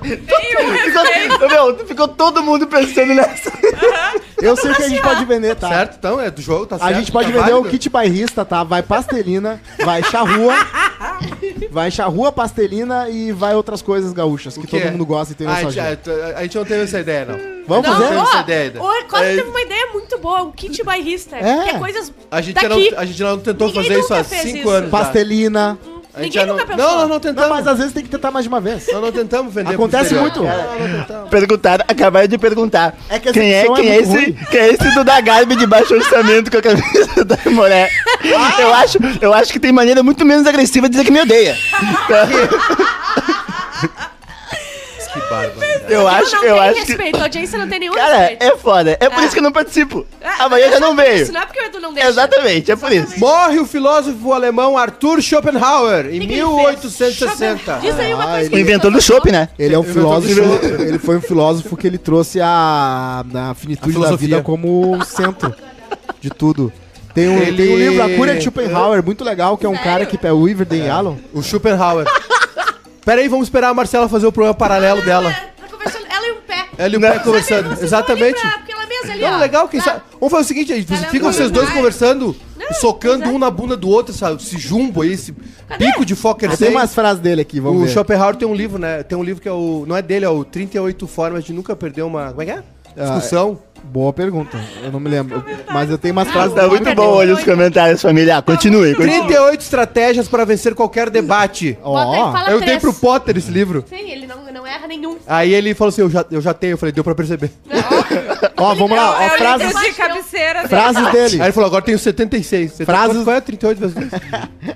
Ficou, meu, ficou todo mundo pensando nessa. Eu sei o que a gente pode assim, vender, tá? Certo? Então, é do jogo, tá A certo? gente pode tá vender o válido. kit bairrista, tá? Vai pastelina, vai *laughs* charrua, vai charrua, pastelina e vai outras coisas gaúchas que O quê? todo mundo gosta e tem Ah, a nostalgia. gente- ah, t- a, gente não teve essa ideia, não. Vamos Não, fazer? não. essa ó, ideia ainda. o Costa É. teve uma ideia muito boa, o kit bairrista. É. Que é coisas A gente, já daqui. não, a gente não tentou Ninguém fazer isso nunca há fez 5 isso. anos. já. Pastelina. A gente Ninguém já não... nunca pensou. Não, nós não Não, tentamos. mas às vezes tem que tentar mais de uma vez. Nós não tentamos vender. pro Acontece exterior. É, muito. Perguntaram, acabaram de perguntar. É que essa quem é, edição é quem, é muito esse, quem é esse do da Garbi de baixo orçamento com a camisa da Moré? Eu acho, eu acho que tem maneira muito menos agressiva de dizer que me odeia. Que barba. Eu acho, não eu tem acho que. respeito, a audiência não tem nenhum Cara, respeito. é foda. É por isso que eu não participo. Amanhã já não Isso veio. não é porque o Edu não deixa. Exatamente, é por isso. Morre o filósofo alemão Arthur Schopenhauer em O que que ele fez? 1860. É. Schopenhauer. Diz aí uma Ah, coisa. ele- que tá O inventor do chopp, né? Ele é um Eu filósofo, tô ele foi um filósofo que ele trouxe a, a finitude da A filosofia. vida como o centro de tudo. Tem um, Ele- tem um livro, A Cura de Schopenhauer, muito legal, que é um cara que é o Iverdeen Allen. O Schopenhauer. Pera aí, vamos esperar a Marcela fazer o programa paralelo dela. Ela tá conversando, ela e um pé. Ela e o pé Sabe, Tá conversando. vocês vão Exatamente. ali pra- Pela mesa é ali, Não, ó. legal, quem Tá. sabe. Vamos fazer o seguinte, gente, Ela é ficam vocês dois mulher. conversando, Não, socando exato. um na bunda do outro, sabe? Esse jumbo aí, esse bico de Fokker Tem sem. umas frases dele aqui, vamos O ver. Schopenhauer tem um livro, né? Tem um livro que é o. Não é dele, é o 38 Formas de Nunca Perder uma. Como é que é? Discussão. Boa pergunta, eu não me lembro. Mas eu tenho Ah, umas frases Tá muito bom hoje os comentários, família. Ah, Continue, continue. 38 estratégias para vencer qualquer debate. Bota aí, Ó, fala Eu dei três. pro Potter esse livro. Sim, ele não, não erra nenhum. Aí ele falou assim: eu já, eu já tenho. Eu falei: deu pra perceber. *laughs* ó, vamos lá, É ó, o frases, livro de cabeceira dele. frases Aí dele. ele falou: agora tenho 76. 70, Frases- Qual é 38 vezes *laughs* 2?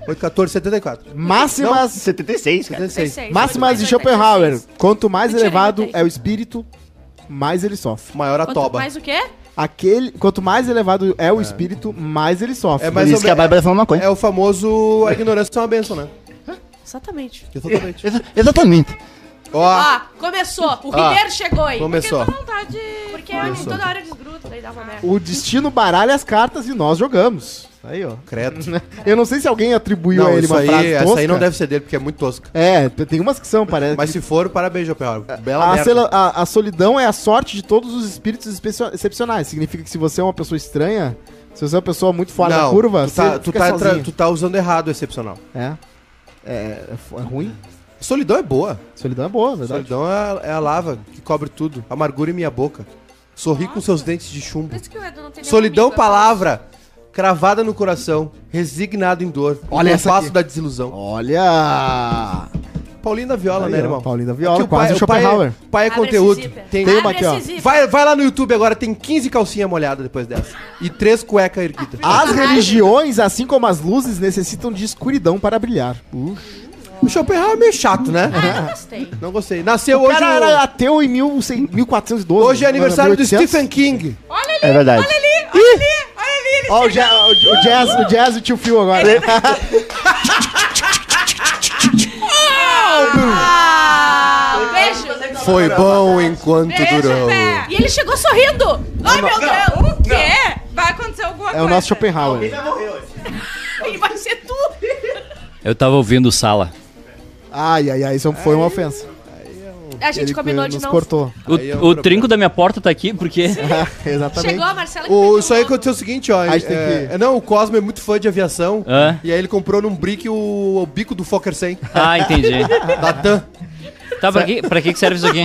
8, 14, 74. Máximas, 76, cara. 76. máximas de Schopenhauer. Quanto mais Mentira, elevado não tem. é o espírito, mais ele sofre. Maior a Quanto toba. mais o quê? Aquele, quanto mais elevado é o espírito, mais ele sofre. É Por mais isso ou que a menos- Bárbara falou uma coisa. É o famoso a ignorância é uma benção, né? Exatamente. Exatamente. Exa- Exatamente. Ó, Ó, começou. O Ah, Ó, Ribeiro chegou aí. começou. Porque eu tô com vontade de- Porque olha, toda hora desgruda, daí dá uma merda. O destino baralha as cartas e nós jogamos. *laughs* Aí, ó. Credo. Eu não sei se alguém atribuiu a Não, ele isso uma aí, frase essa tosca. aí não deve ser dele, porque é muito tosca. É, t- tem umas que são, parece. Mas Mas se for, parabéns, Jopel. Ah, Bela a, merda. sela- a- a solidão é a sorte de todos os espíritos especio- excepcionais. Significa que se você é uma pessoa estranha, se você é uma pessoa muito fora da curva, tu tá, você tu, fica tá tra- sozinho. tu tá usando errado o excepcional. É. É, é f- é ruim. Solidão é boa. Solidão é boa, na verdade. Solidão é, a- é a lava que cobre tudo. Amargura em minha boca. Sorri com seus dentes de chumbo. Por isso que o Edu não tem nenhum Solidão, é amigo, palavra. Cravada no coração. Resignado em dor. Olha no essa passo aqui. da desilusão. Olha! Paulinho da Viola, Aí, né, ó, irmão? Paulinho da Viola, Aqui o quase um pai, o pai, Schopenhauer. é- pai é Abre esse conteúdo. zíper. Tem, Tem uma Abre aqui, ó. esse zíper. Vai, vai lá no YouTube agora, tem 15 calcinhas molhadas depois dessa. E três cuecas erguidas. As religiões, assim como as luzes, necessitam de escuridão para brilhar. O Schopenhauer é meio *laughs* chato, né? Ah, eu gostei. Não gostei. Nasceu O hoje. cara o- era ateu em 1100 1412. Hoje é aniversário do 1800. Stephen King. Olha ali, É verdade. olha ali, olha ali, olha ali. Ele Ó, o, ja- o- o jazz, o jazz e o tio Phil agora. Ah, um beijo. Foi bom enquanto tá. Beijo, Zé. E ele chegou sorrindo. Ai, meu Deus. O quê? Vai acontecer alguma É coisa. o nosso Schopenhauer. E vai ser tu. Eu tava ouvindo sala. Ai, ai, ai, isso foi uma ofensa. A gente Ele combinou de nos não. cortou. O, Aí é um o problema. trinco da minha porta tá aqui porque *laughs* Exatamente. Chegou a Marcela. que fez O, um isso aí logo. aconteceu o seguinte, ó. A gente tem é- que- é, não, o Cosmo é muito fã de aviação. É. E aí ele comprou num brick o, o bico do Fokker 100, Ah, entendi. da TAM. Tá, pra que, pra que que serve isso aqui?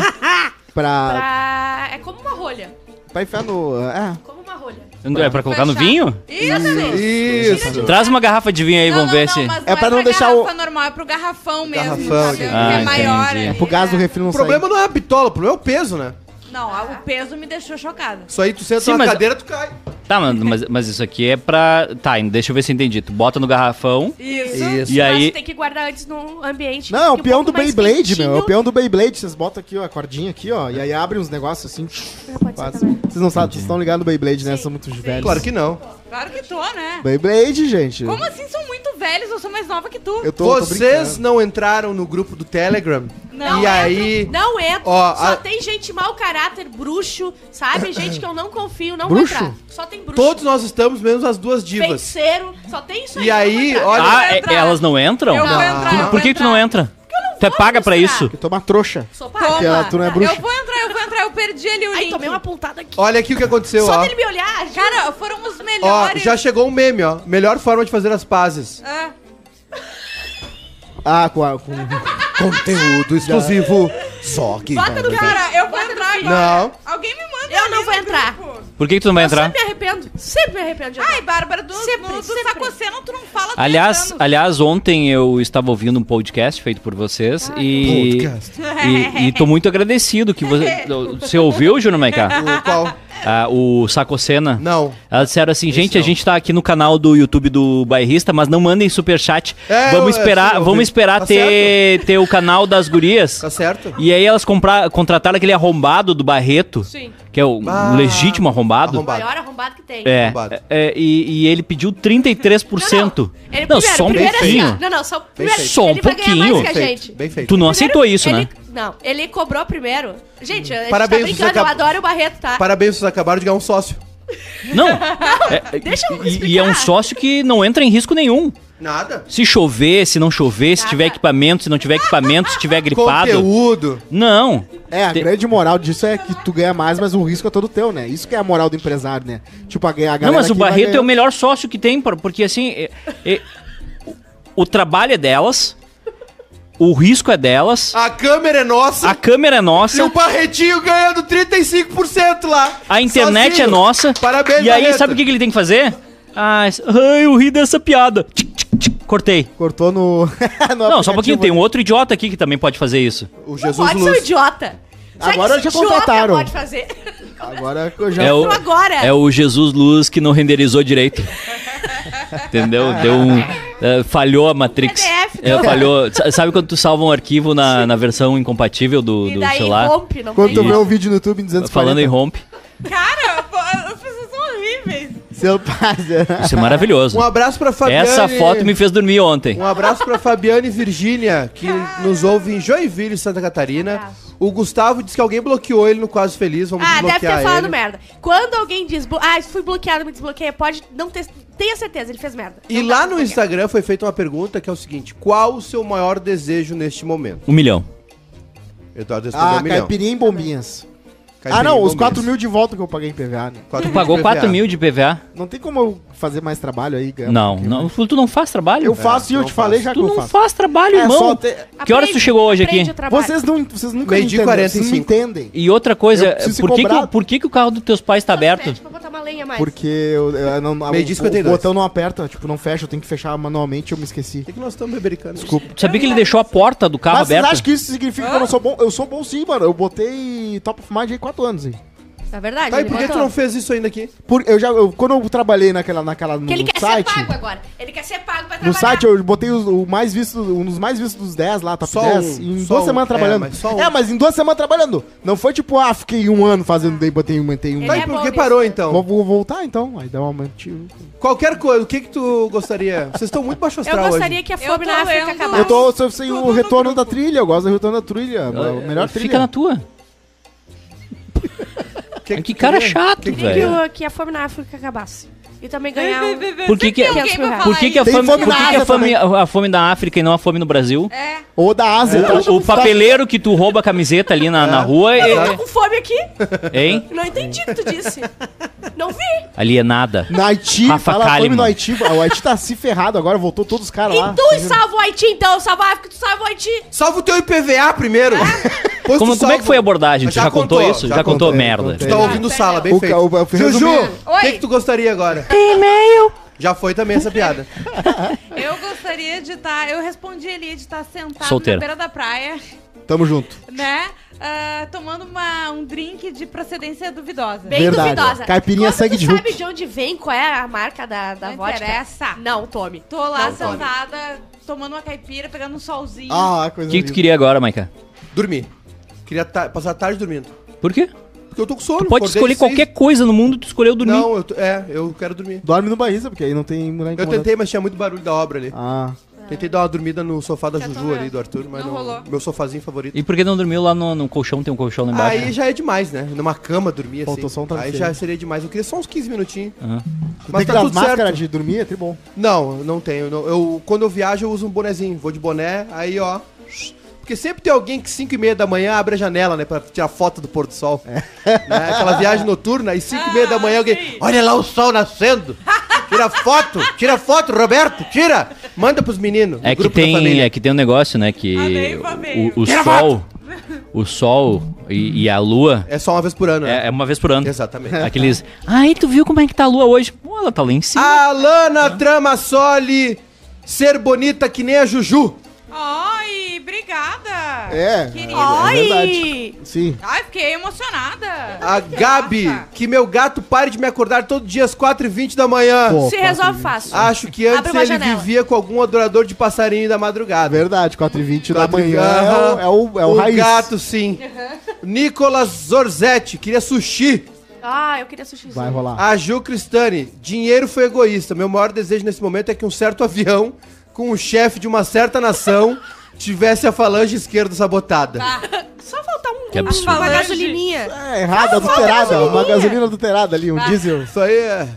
Pra, Pra- É como uma rolha. pra enfiar no... É, Como uma rolha. É pra colocar no Fechar. vinho? Isso. Isso. Traz uma garrafa de vinho aí, Não, vamos não, ver não, se. mas É pra não deixar garrafa o- normal, é pro garrafão mesmo. Garrafão, sabe? ok. Que é Ah, maior. entendi. ali, É pro gás do refri não O sair. problema não é a bitola, o problema é o peso, né? Não, a- o peso me deixou chocada. Isso aí tu senta Sim, na mas- cadeira, tu cai. Tá, mas, mas, mas isso aqui é pra. Tá, deixa eu ver se eu entendi. Tu bota no garrafão. Isso. E Mas aí- tem que guardar antes num ambiente. Não, é o um peão pouco do mais Beyblade, meu. É o quentinho. peão do Beyblade. Vocês botam aqui, ó, a cordinha aqui, ó. E aí abre uns negócios assim. pode ser Quase. também. Vocês não sabem, vocês estão ligados no Beyblade, né? São muito velhos. Claro que não. Claro que tô, né? Beyblade, gente. Como assim são muito velhos? Eu sou mais nova que tu. Eu tô, tô Vocês brincando. não entraram no grupo do Telegram? Não e entro, aí... não entro. Ó, só a- tem gente mau caráter, bruxo, sabe? Gente que eu não confio, não Bruxo? vou entrar. Só tem bruxo. Todos nós estamos, menos as duas divas. feiticeiro, só tem isso E aí, eu não vou entrar. olha- Ah, vou é- entrar. elas não entram? Eu vou entrar, eu Por que, vou que tu não entra? Tu é vou paga pra misturar. isso? Eu tô uma trouxa. Sou Toma. Que ela- tu não é bruxa. Eu vou entrar, eu vou entrar. Eu perdi ali o Ai, link. tomei uma pontada aqui. Olha aqui o que aconteceu, Só ó. dele me olhar, já... Cara, foram os Ó, melhores. já chegou um meme, ó. Melhor forma de fazer as pazes. Ah, Então, Ah, com, a, com Conteúdo exclusivo. Só que. Bota no cara. cara, eu vou entrar agora. Não. Alguém me manda. Eu ali não vou no entrar. grupo. Por que, que tu não vai Eu entrar? sempre me arrependo. Sempre me arrependo de entrar. Ai, Bárbara, do, Sempre, do, do sempre. sacoceno tu não fala três Aliás, anos. aliás, ontem eu estava ouvindo um podcast feito por vocês Ah, e, Podcast. *laughs* e, e tô muito agradecido que você. Você ouviu, Júnior Maiká? O qual? ah, o Sacocena. Não. Elas disseram assim, gente, a gente tá aqui no canal do YouTube do Bairrista, mas não mandem superchat. É, eu- vamos eu- esperar, eu- vamos esperar tá ter, ter o canal das gurias. Tá certo? E aí elas compra- contrataram aquele arrombado do Barreto, Sim. que é o Ah, legítimo arrombado. arrombado. Maior arrombado que tem. É, Arrombado. é, e, e ele pediu 33%. Não, não. Ele, Não, primeiro, só um primeiro assim, pouquinho. ó. não, não, só, primeiro, assim, feito. Só um ele vai ganhar mais pouquinho. que a Bem feito, gente. Bem feito. Tu Primeiro, não aceitou isso, ele- né? Não, ele cobrou primeiro. Gente, a gente Parabéns, tá vocês brincando, eu acabam- adoro o Barreto, tá? Parabéns, vocês acabaram de ganhar um sócio. Não. *laughs* É, deixa eu e, e é um explicar. sócio que não entra em risco nenhum. Nada. Se chover, se não chover, se Nada. tiver equipamento, se não tiver equipamento, se tiver gripado. Conteúdo. Não. É, a Tem- grande moral disso é que tu ganha mais, mas o risco é todo teu, né? Isso que é a moral do empresário, né? Tipo, a, a galera não, mas o aqui vai Barreto é o ganhando- melhor sócio que tem, por- porque assim, é- é- o, o trabalho é delas, o risco é delas, A câmera é nossa. a câmera é E nossa, o Barretinho ganhando 35% lá. a internet Sozinho. é nossa. Parabéns, E aí, Barreto. sabe o que que ele tem que fazer? Ah, es- ai, eu ri dessa piada. Tchic, tchic, tchic, Cortei. Cortou no. um- *laughs* Não, só um pouquinho, tem um outro idiota aqui que também pode fazer isso. O Não Jesus pode ser um Luz. idiota. Agora esse já idiota contrataram. pode fazer. Agora que eu já. É o, agora. é o Jesus Luz que não renderizou direito. Entendeu? Ah. Deu um. é, falhou a Matrix. PDF, É, falhou. S- Sabe quando tu salva um arquivo na, na versão incompatível do, E do daí celular? rompe, não Quando tu tem. vê um vídeo no YouTube em 240. Falando em rompe. Cara, pô, as pessoas são horríveis. Seu pai. *laughs* Isso é maravilhoso. Um abraço pra Fabiane. Essa foto me fez dormir ontem. Um abraço pra Fabiane e Virgínia, que nos ouve em Joinville, Santa Um Catarina. O Gustavo disse que alguém bloqueou ele no Quase Feliz. Vamos Ah, deve desbloquear ter falado ele. merda. Quando alguém diz, bu- ah, fui bloqueado, me desbloqueia, pode não ter. Tenha certeza, ele fez merda. E Não lá tá no desbloqueado. Instagram foi feita uma pergunta que é o seguinte: qual o seu maior desejo neste momento? Um milhão. Eduardo respondeu Ah, um milhão. caipirinha em bombinhas. Caipirinha ah, não, os Gomes. 4 mil de volta que eu paguei em PVA, né? Quatro Tu pagou de 4 PVA. mil de PVA? Não tem como eu fazer mais trabalho aí, ganhar um Não, pouquinho. não. Tu não faz trabalho? Eu faço e eu não te falei faço. já que tu eu não faço. faz trabalho, É, irmão. só ter- Que horas tu chegou hoje aprende aqui? o trabalho. Vocês, não, vocês nunca Meio-dia e entenderam, vocês 45. não entendem. E outra coisa, Eu preciso por que, que, cobrar. o- por que, que o carro dos teus pais tá aberto? Pede pra botar uma lenha a mais. Porque eu, eu não, o, Meio-dia e 52. o botão não aperta, tipo, não fecha, eu tenho que fechar manualmente, eu me esqueci. É que nós estamos americanos. Desculpa. Sabia que ele deixou a porta do carro Mas vocês aberta? acham que isso significa que eu não sou bom? Eu sou bom sim, mano. Eu botei Top of Mind aí 4 anos. Hein. Na É verdade, Tá, e ele por que tu botou. não fez isso ainda aqui? Por, eu já, eu- quando eu trabalhei naquela, naquela no, Porque ele no quer site, ser pago agora. Ele quer ser pago pra trabalhar. no site eu botei os- o, mais visto, um dos mais vistos dos 10 lá, top Só 10, um, em só duas um. semanas É, trabalhando. É mas mas, só um. em duas semanas trabalhando. Não foi tipo, ah, fiquei um ano fazendo, daí botei um, mantei um. Ele Tá, é e por bom que nisso. parou então? Vou, vou voltar então, aí dá um momento. Qualquer coisa, o que que tu gostaria? Vocês estão muito baixo Eu astral gostaria hoje. que a Eu fome tô na África lendo. acabasse. Eu tô sem- sem Tudo o no retorno grupo. da trilha, eu gosto do retorno da trilha. a É melhor É, Fica trilha. na tua. Que, Que cara chato, Queria que, velho. o- que a fome na África acabasse. E também ganhar um... Por que que- Sempre tem alguém pra falar Por que, é que, a, Tem fome, fome por na que, que a, Ásia fome, a fome da África e não a fome no Brasil? isso. É. Ou da Ásia. tá? O, o papeleiro que tu rouba a camiseta ali na, na rua, Tô é, com um fome aqui. hein? é Não entendi o que tu disse. Não *laughs* vi. Alienada. Na Haiti, Rafa fala fome Kalimann. no Haiti. O Haiti tá se ferrado agora, voltou todos os caras lá. E tu salva o Haiti, então. Salva a África, tu salva o Haiti. Salva o teu IPVA primeiro. Ah. Pois tu Como, como é que salva. foi a abordagem? Tu Já já, contou, contou, isso? já Já, contou, contei, merda. contei. Tu tá ouvindo Ah, sala, bem O feito. ca- o- eu fui Juju, resumindo. o que, Oi. que tu gostaria agora? Já foi também essa piada. Eu gostaria de estar. Eu respondi ali de estar sentado na Solteira. beira da praia, Tamo junto. né? ah, tomando uma, um drink de procedência duvidosa. Bem Verdade. duvidosa. Caipirinha é Quando sangue tu de sabe Hulk. de onde vem, qual é a marca da, da Não vodka? Ah, interessa. Não, tome. Tô lá Não, Tony. sentada, tomando uma caipira, pegando um solzinho. Ah, coisa O que, que tu linda. queria agora, Maica? Dormir. Queria ta- passar a tarde dormindo. Por quê? Porque eu tô com sono. Tu pode acordei escolher seis- qualquer coisa no mundo, tu escolheu dormir. Não, eu tô- é, eu quero dormir. Dorme no Barriza, porque aí não tem mulher Eu incomodando. tentei, mas tinha muito barulho da obra ali. Ah. Tentei dar uma dormida no sofá da Já tô Juju ali, vendo. do Arthur, mas não, Não rolou. Meu sofazinho favorito. E por que não dormiu lá no, no colchão? Tem um colchão lá embaixo. Aí já é demais, né? Numa cama dormir assim. Faltou só um Aí travesseiro. Ah. já seria demais. Eu queria só uns 15 minutinhos. Aham. tem Mas tá que tudo dar máscara certo. de dormir, é tri bom. Não, eu não tenho. não. Eu, quando eu viajo, eu uso um bonezinho. Vou de boné, aí ó. Porque sempre tem alguém que 5 e meia da manhã abre a janela, né? Pra tirar foto do pôr do sol. É. *laughs* Né? Aquela viagem noturna, e 5 e meia da manhã alguém. Olha lá o sol nascendo! Tira foto! Tira foto, Roberto! Tira! Manda pros meninos. do É que, grupo da tem, família. é que tem um negócio, né? Que Amei, amei. o, o sol, o sol e, e a lua É só uma vez por ano, né? é, é uma vez por ano. Exatamente. *laughs* Aqueles. Ai, tu viu como é que tá a lua hoje? Pô, ela tá lá em cima. Ah. Alana Tramassoli, ser bonita que nem a Juju. Ai, obrigada! É. Querida. é Oi! verdade. Sim. Ai, fiquei emocionada. A Gabi, Nossa. que meu gato pare de me acordar todo dia às 4h20 da manhã. Pô, Se resolve fácil. Acho que antes Abre uma ele janela. vivia com algum adorador de passarinho da madrugada. é Verdade, 4h20 da 4 e manhã aham. é o, é o, é o raiz. gato, sim. Nicolas Zorzetti, queria sushi. Ah, eu queria sushi. Vai rolar. A Ju Cristani, dinheiro foi egoísta. Meu maior desejo nesse momento é que um certo avião com o chefe de uma certa nação tivesse a falange esquerda sabotada. Só faltar um, Que um- absurdo. uma gasolininha. É, errada, adulterada. Uma gasolina adulterada ali, um diesel. Isso aí é...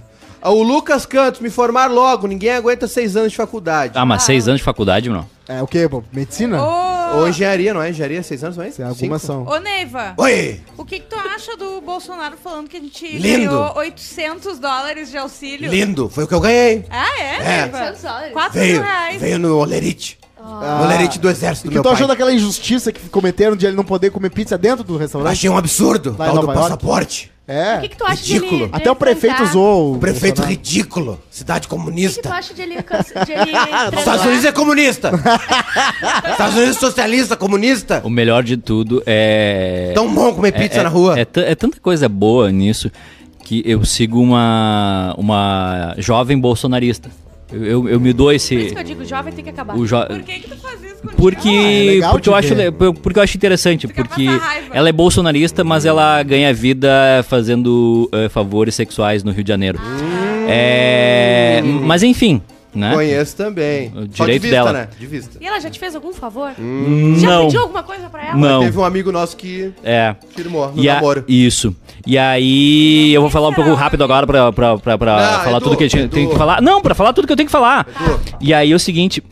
O Lucas Cantos, me formar logo, ninguém aguenta seis anos de faculdade. Ah, mas seis anos de faculdade, não. É o quê, pô? Medicina? Ô, Ou engenharia, não é? Engenharia, seis anos, não é? Tem Algumas Cinco? são. ô, Neiva, Oi! o que, que tu acha do Bolsonaro falando que a gente Lindo. ganhou 800 dólares de auxílio? Lindo, foi o que eu ganhei. Ah, é, É. Neiva? 800 dólares. 4 mil Veio, reais. veio no olerite. Ah. Olerite do E exército, que meu tu pai. achou daquela injustiça que cometeram de ele não poder comer pizza dentro do né? restaurante? Achei um absurdo, Lá em tal do Nova York. passaporte. É. O que, que tu acha Ridículo. de ele. de Até o ele prefeito transar? usou o O prefeito Bolsonaro. ridículo, cidade O que, que tu comunista. acha de ele. cance- De *laughs* ele transar? Estados Unidos *laughs* é comunista. Estados Unidos é socialista, comunista. O melhor de tudo é. Tão bom comer pizza é, na rua. É, ta- é tanta coisa boa nisso que eu sigo uma, uma jovem bolsonarista. Eu, eu, eu me dou Por isso esse. que eu digo, jovem tem que acabar. O jo... Por Ah, que, que tu faz isso contigo? é Porque, legal porque, te eu acho, ver. le- porque eu acho interessante, Fica porque passar raiva. ela é bolsonarista, mas ela ganha vida fazendo eh, favores sexuais no Rio de Janeiro. É, mas enfim, né? Conheço também. Só direito de vista, dela. né? De vista. E ela já te fez algum favor? Já Não, pediu alguma coisa pra ela? não, Teve um amigo nosso que é. firmou no E a- namoro. Isso. E aí, eu vou falar um pouco rápido agora pra, pra, pra, pra Não, falar Edu, tudo que eu tinha- Edu. tenho que falar. Não, pra falar tudo que eu tenho que falar. E aí é o seguinte,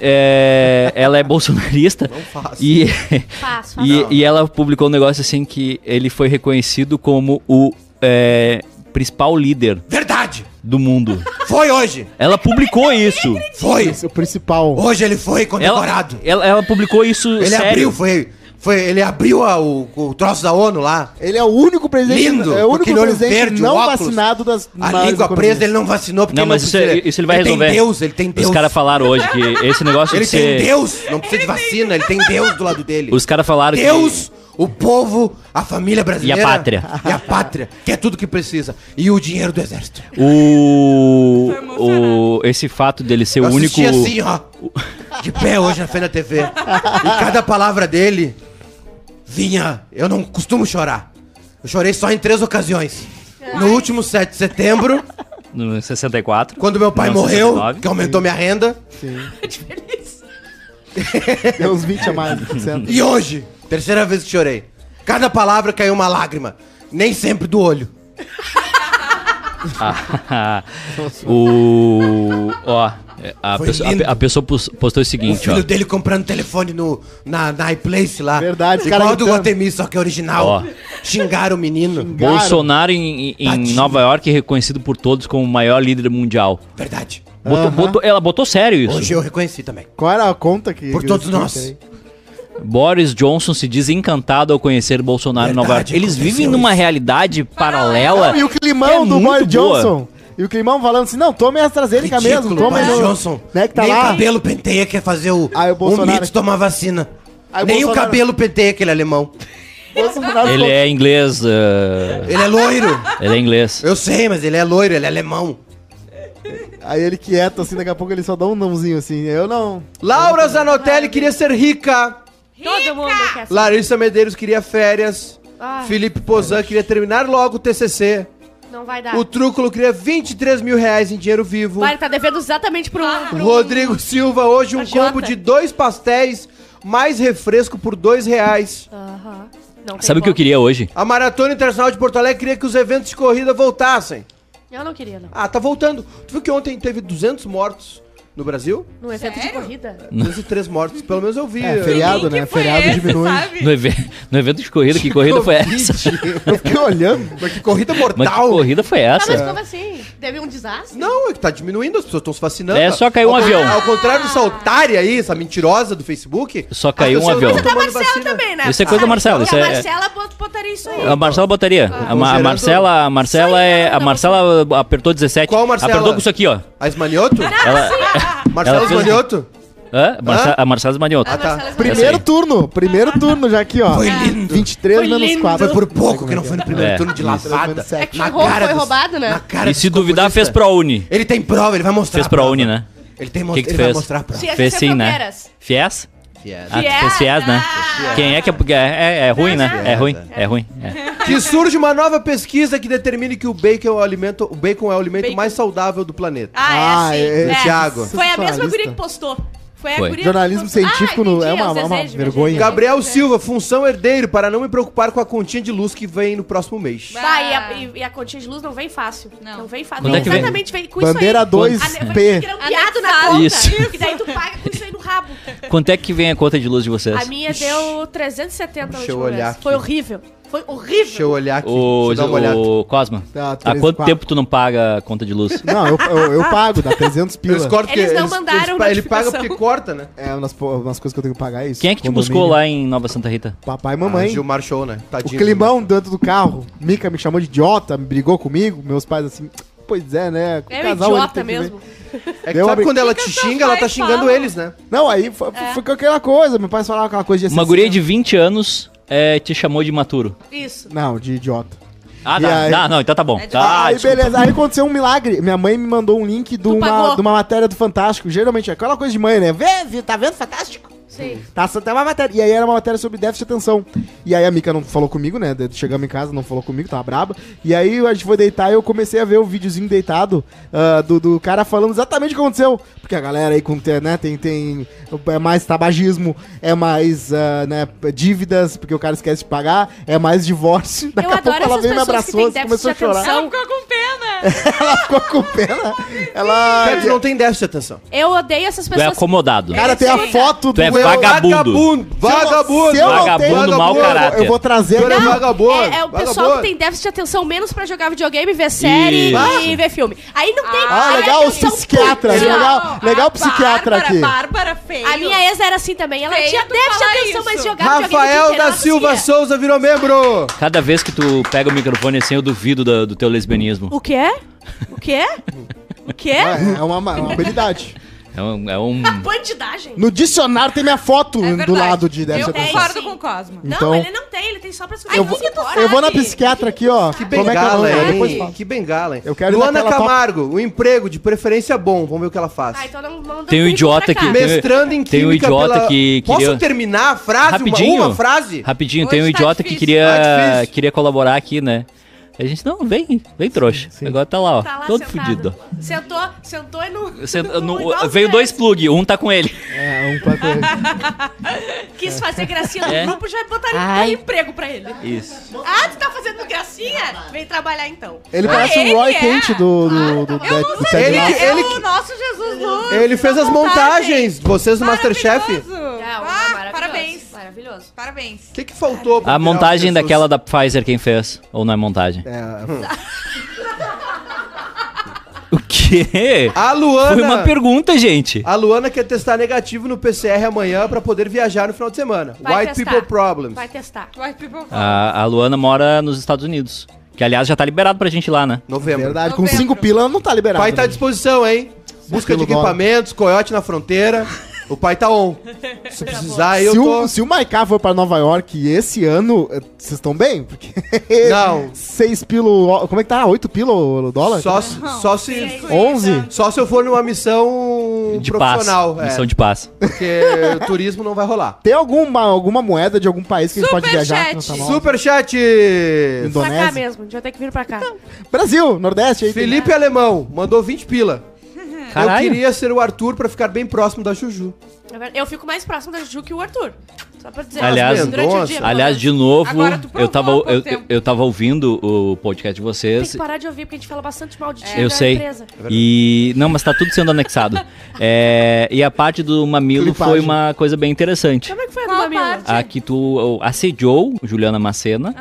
*laughs* é, ela é bolsonarista. Não faça. E, Faço, faço. *laughs* e, e ela publicou um negócio assim que ele foi reconhecido como o é, principal líder Verdade! do mundo. Foi hoje! *laughs* Ela publicou isso. Foi! Esse é o principal. Hoje ele foi Ela, condecorado. ela, ela publicou isso Ele sério. abriu, foi, foi. Ele abriu a- o, o troço da ONU lá. Ele é o único presidente, Lindo, é o único aquele olho presidente verde, não o óculos, vacinado das A maiores língua economias. presa, ele não vacinou porque Não, ele mas isso, é- precisa- isso ele vai resolver. Tem Deus, ele tem Deus. Os caras falaram hoje que esse negócio Ele de tem ser... Deus, não precisa de vacina, ele tem Deus do lado dele. Os caras falaram que... Deus, o povo, a família brasileira. E a pátria. E a pátria, que é tudo que precisa. E o dinheiro do exército. O, Tô emocionada. o esse fato dele ser o Eu único assisti assim, ó. De pé hoje na frente da TV. E cada palavra dele vinha. Eu não costumo chorar. Eu chorei só em três ocasiões. No último 7 de setembro, no 64. quando meu pai Não, morreu, 69. que aumentou minha renda. Deu uns 20 a mais. por cento. E hoje, terceira vez que chorei. Cada palavra caiu uma lágrima. Nem sempre do olho. *laughs* o ó, é, a Foi pessoa, a, lindo. pe- a pessoa pos- postou o O seguinte, ó. filho dele comprando telefone no, na, na iPlace lá. Verdade, esse Igual cara do gritando. Guatemi, só que é original. Ó. Xingaram o menino. Bolsonaro em, em- em Tadinho. Nova York é reconhecido por todos como o maior líder mundial. Verdade. Botou- botou- ela botou sério isso. Hoje eu reconheci também. Qual era a conta que... Por que todos eu nós. coloquei? Boris Johnson se diz encantado ao conhecer Bolsonaro em Nova Verdade, York. Eles aconteceu vivem numa isso. realidade paralela. Não, e o climão do É muito Boris boa. Johnson. E o climão falando assim, não, tome a AstraZeneca mesmo. Tome Boris no- Johnson. Né, que tá Nem lá. cabelo penteia quer fazer o, Aí o o Bolsonaro- mito tomar vacina. Aí o Nem o Bolsonaro- cabelo penteia aquele alemão. Bolsonaro Ele ficou- é inglês. eh, Ele é loiro. ele é inglês. Eu sei, mas ele é loiro, ele é alemão. Aí ele quieto, assim, daqui a pouco ele só dá um nãozinho, assim. Eu não. Laura Zanotelli queria ser rica. Todo mundo quer Ah, ser. Larissa Medeiros queria férias. Ai. Felipe Pozan queria terminar logo o TCC. Não vai dar. O Trúculo queria 23 mil reais em dinheiro Tá. vivo. Vai, ele tá devendo exatamente pro. pro- Rodrigo Silva, hoje um Agiota. combo de dois pastéis, mais refresco por dois reais. Aham. Não tem Sabe o que eu como. queria hoje? A Maratona Internacional de Porto Alegre queria que os eventos de corrida voltassem. Eu não queria, não. Ah, tá voltando. Tu viu que ontem teve 200 mortos no Brasil? No evento de Sério? corrida. Ah, 203 mortos, pelo menos eu vi. É, feriado, Que né? foi Feriado esse, diminui. sabe? No, eve- no evento de corrida, que corrida foi essa? Eu fiquei olhando. *laughs* Mas que corrida Mas que mortal. corrida foi Tá, mas essa? como assim? Teve um desastre? Não, é que tá diminuindo, as pessoas estão se vacinando. É, só caiu um Ao con- avião. Ao contrário dessa otária aí, essa mentirosa do Facebook. Só as caiu um pessoas avião. tão Mas é tomando Marcela vacina. também, né? Isso é coisa da Marcela, Porque isso a é- Ah, Marcela bot- botaria isso aí. A Marcela botaria. A, Ma- a Marcela, a Marcela, é, a Marcela apertou 17. Qual Marcela? Apertou com isso aqui, ó. A Esmanioto? Ela, Marcelo Ela fez- Esmanioto? Hã? Marce- A Marcela Assim, Esmanioto. Ah, tá. Primeiro turno, primeiro turno já aqui, ó. Foi lindo. 23 Foi menos lindo. 4. Foi por pouco que não foi no primeiro É, turno de isso. lavada. É que roubou, foi dos- roubado, né? Na cara E dos se duvidar, fez comunistas. ProUni. Ele tem prova, ele vai mostrar. Fez a prova. ProUni, né? Ele tem O mo- que que tu ele vai fez? mostrar a prova. Tinha que Fez ser sim, né? fronteiras. Fies? Ah, tu Fies, fez Fies, né? ah. Quem é que é- é. É, é ruim, né? É ruim, é ruim. é. Que surge uma nova pesquisa que determine que o bacon é o alimento, o bacon é o alimento Bacon. mais saudável do planeta. Ah, assim. Ah, é, é, sim. é, Thiago. Foi a mesma Sensacionalista. guria que postou. Foi a Foi. guria Jornalismo que postou. científico Ah, no- é entendi, um uma- os é uma desejos, vergonha. desejos. Gabriel Silva, função herdeiro, para não me preocupar com a continha de luz que vem no próximo mês. Bah, e a, e- e a continha de luz não vem fácil. Não, Não. vem fácil. Quando Vem é que vem? exatamente vem com Bandeira isso aí. Ah, dois 2P. Grampeado um na conta. Isso. E daí tu paga com isso aí no rabo. Quanto é que vem a conta de luz de vocês? A minha deu 370 na Deixa eu última olhar vez. aqui. Foi horrível. Foi Deixa horrível. eu olhar aqui. Ô, Deixa eu dar uma olhada. ô, Cosma, Tá, há três, quanto quatro. tempo tu não paga a conta de luz? Não, eu, eu, eu pago, dá 300 Eles pila. cortam porque- Eles não eles- mandaram eles pa- Ele paga notificação. porque corta, né? É, umas, po- umas coisas que eu tenho que pagar é isso. Quem é que te Condomínio. buscou lá em Nova Santa Rita? Papai e mamãe. Ah, Gilmar Show, né? o Tadinho. climão dentro do carro. Mica me chamou de idiota, me brigou comigo. Meus pais assim, pois é, né? com o É um casal ele idiota tem que ver." mesmo. É que Deu sabe uma- quando ela te xinga, ela tá vai, xingando fala. eles, né? Não, aí foi, É. foi aquela coisa. Meu pai falava aquela coisa de Uma assim, guria né? de 20 anos é, te chamou de imaturo. Isso. Não, de idiota. Ah, E tá. aí- Não, não, então tá bom. É de- Tá, aí, desculpa. beleza. Aí aconteceu um milagre. Minha mãe me mandou um link de uma, pagou. de uma matéria do Fantástico. Geralmente é aquela coisa de mãe, né? Vê, vi- tá vendo Fantástico? Hum. Sim. Tá, só tem uma matéria. E aí era uma matéria sobre déficit de atenção. E aí a Mica não falou comigo, né? De- Chegamos em casa, não falou comigo, tava braba. E aí a gente foi deitar e eu comecei a ver o videozinho deitado ah, do, do cara falando exatamente o que aconteceu. Porque a galera aí com te- né, tem, tem. É mais tabagismo, é mais ah, né, dívidas, porque o cara esquece de pagar, é mais divórcio. *laughs* Daqui a pouco adoro ela essas veio e me pessoas que abraçou, têm começou déficit a de chorar. atenção. Ela ficou com pena. Ela ficou com pena. Ela. Cara, tu não tem déficit de atenção. Eu odeio essas Tu é pessoas. acomodado. Cara, tem a foto do é meu- vaga- Vagabundo. Vagabundo! Vagabundo! Se eu não tenho- Vagabundo, mau eu vou- caráter. Eu vou trazer Tu aqui. é vagabundo! É, é o pessoal que tem déficit de atenção menos pra jogar videogame, ver série Isso. e ver filme. Aí não tem. Ah, aí legal a o atenção psiquiatra. pura. Legal, legal o psiquiatra Bárbara, aqui. Bárbara feio. A minha ex era assim também. Ela Feio tinha tu déficit de falar atenção, isso. mas jogava videogame. o dia Rafael inteiro, da ela Silva conseguia. Souza virou membro! Cada vez que tu pega o microfone assim, eu duvido da- do, teu lesbianismo. O quê? O quê? O quê? É, é uma, uma habilidade. É um. é um- Bandidagem? No dicionário tem minha foto É do verdade. lado de Eu déficit de atenção. concordo com o Cosmo. Então- Não, ele não tem, ele tem só pra escutar. Eu vou, eu né, vou na psiquiatra aqui, ó. tá Que Como é que é o bengala, nome? hein? Depois fala. Que bengala, hein? Eu quero ir Luana naquela top- Camargo, um emprego de preferência bom. Vamos ver o que ela faz. Ah, então não, não Tem um não idiota pra cá. aqui. Tem- Mestrando em tem um química idiota pela- que Posso queria- terminar a frase? uma- Rapidinho. Uma, frase? Rapidinho, Hoje tem um tá idiota que difícil. Tá queria, difícil. queria colaborar aqui, né? A gente, não, vem, vem trouxa. Agora tá lá, ó. Tá lá todo sentado. fudido. Sentou, sentou e *laughs* não. Você- não- no- igual veio os dois plug, um tá com ele. É, um pato- Quis fazer gracinha no É. grupo, já botaram um emprego pra ele. Isso. Ah, tu tá fazendo gracinha? Vem trabalhar então. Tá Ele Ah, parece ele o Roy é. Kent do, do, do, Eu não do sabia. Ted Ele Lasso. que- ele é o nosso Jesus Luz. Ele fez da as montagens, vocês no Masterchef. Maravilhoso. Ah, Ah, maravilhoso, parabéns. Maravilhoso. Parabéns. O que, que faltou? pra A virar o montagem Jesus? daquela da Pfizer, quem fez? Ou não é montagem? O quê? A Luana. Foi uma pergunta, gente. A Luana quer testar negativo no PCR amanhã pra poder viajar no final de semana. Vai White testar. People Problems. Vai testar. Vai, people. A, a Luana mora nos Estados Unidos. Que, aliás, já tá liberado pra gente ir lá, né? Novembro. é Verdade, com Novembro. 5 pila não tá liberado. pai tá à né? disposição, hein? Busca de pelo dólar. equipamentos, coiote na fronteira. O pai tá on. Se precisar, eu se, um tô. o, se o Maiká for pra Nova York esse ano, eh, vocês estão bem? Porque. *laughs* Não. 6 pilo. Como é que tá? 8 pilo o dólar? é então. Só, se- só se. 11? Só se eu for numa missão De paz. Um profissional. é, Missão de paz. Porque o turismo não vai rolar. Tem alguma, alguma moeda de algum país que a gente pode viajar? Superchat. Não tá mal. Superchat! Pra cá Indonésia. mesmo, a gente vai ter que vir pra cá. Então. Brasil, Nordeste. Aí tem- né? Felipe Alemão mandou 20 pila. né? Caralho. Eu queria ser o Arthur pra ficar bem próximo da Juju. Eu fico mais próximo da Ju que o Arthur. Só pra dizer. Aliás, durante o dia, pelo Aliás, menos. de novo, Agora tu provou eu tava, há pouco eu, eu, tempo. eu tava ouvindo o podcast de Tem vocês. que parar de ouvir, porque a gente fala bastante mal de ti. Eu da sei. empresa. E. Não, mas tá tudo sendo *laughs* anexado. É, e a parte do mamilo Clipagem. foi uma coisa bem interessante. Como é que foi a do Qual Mamilo? parte? A que tu assediou Juliana Macena,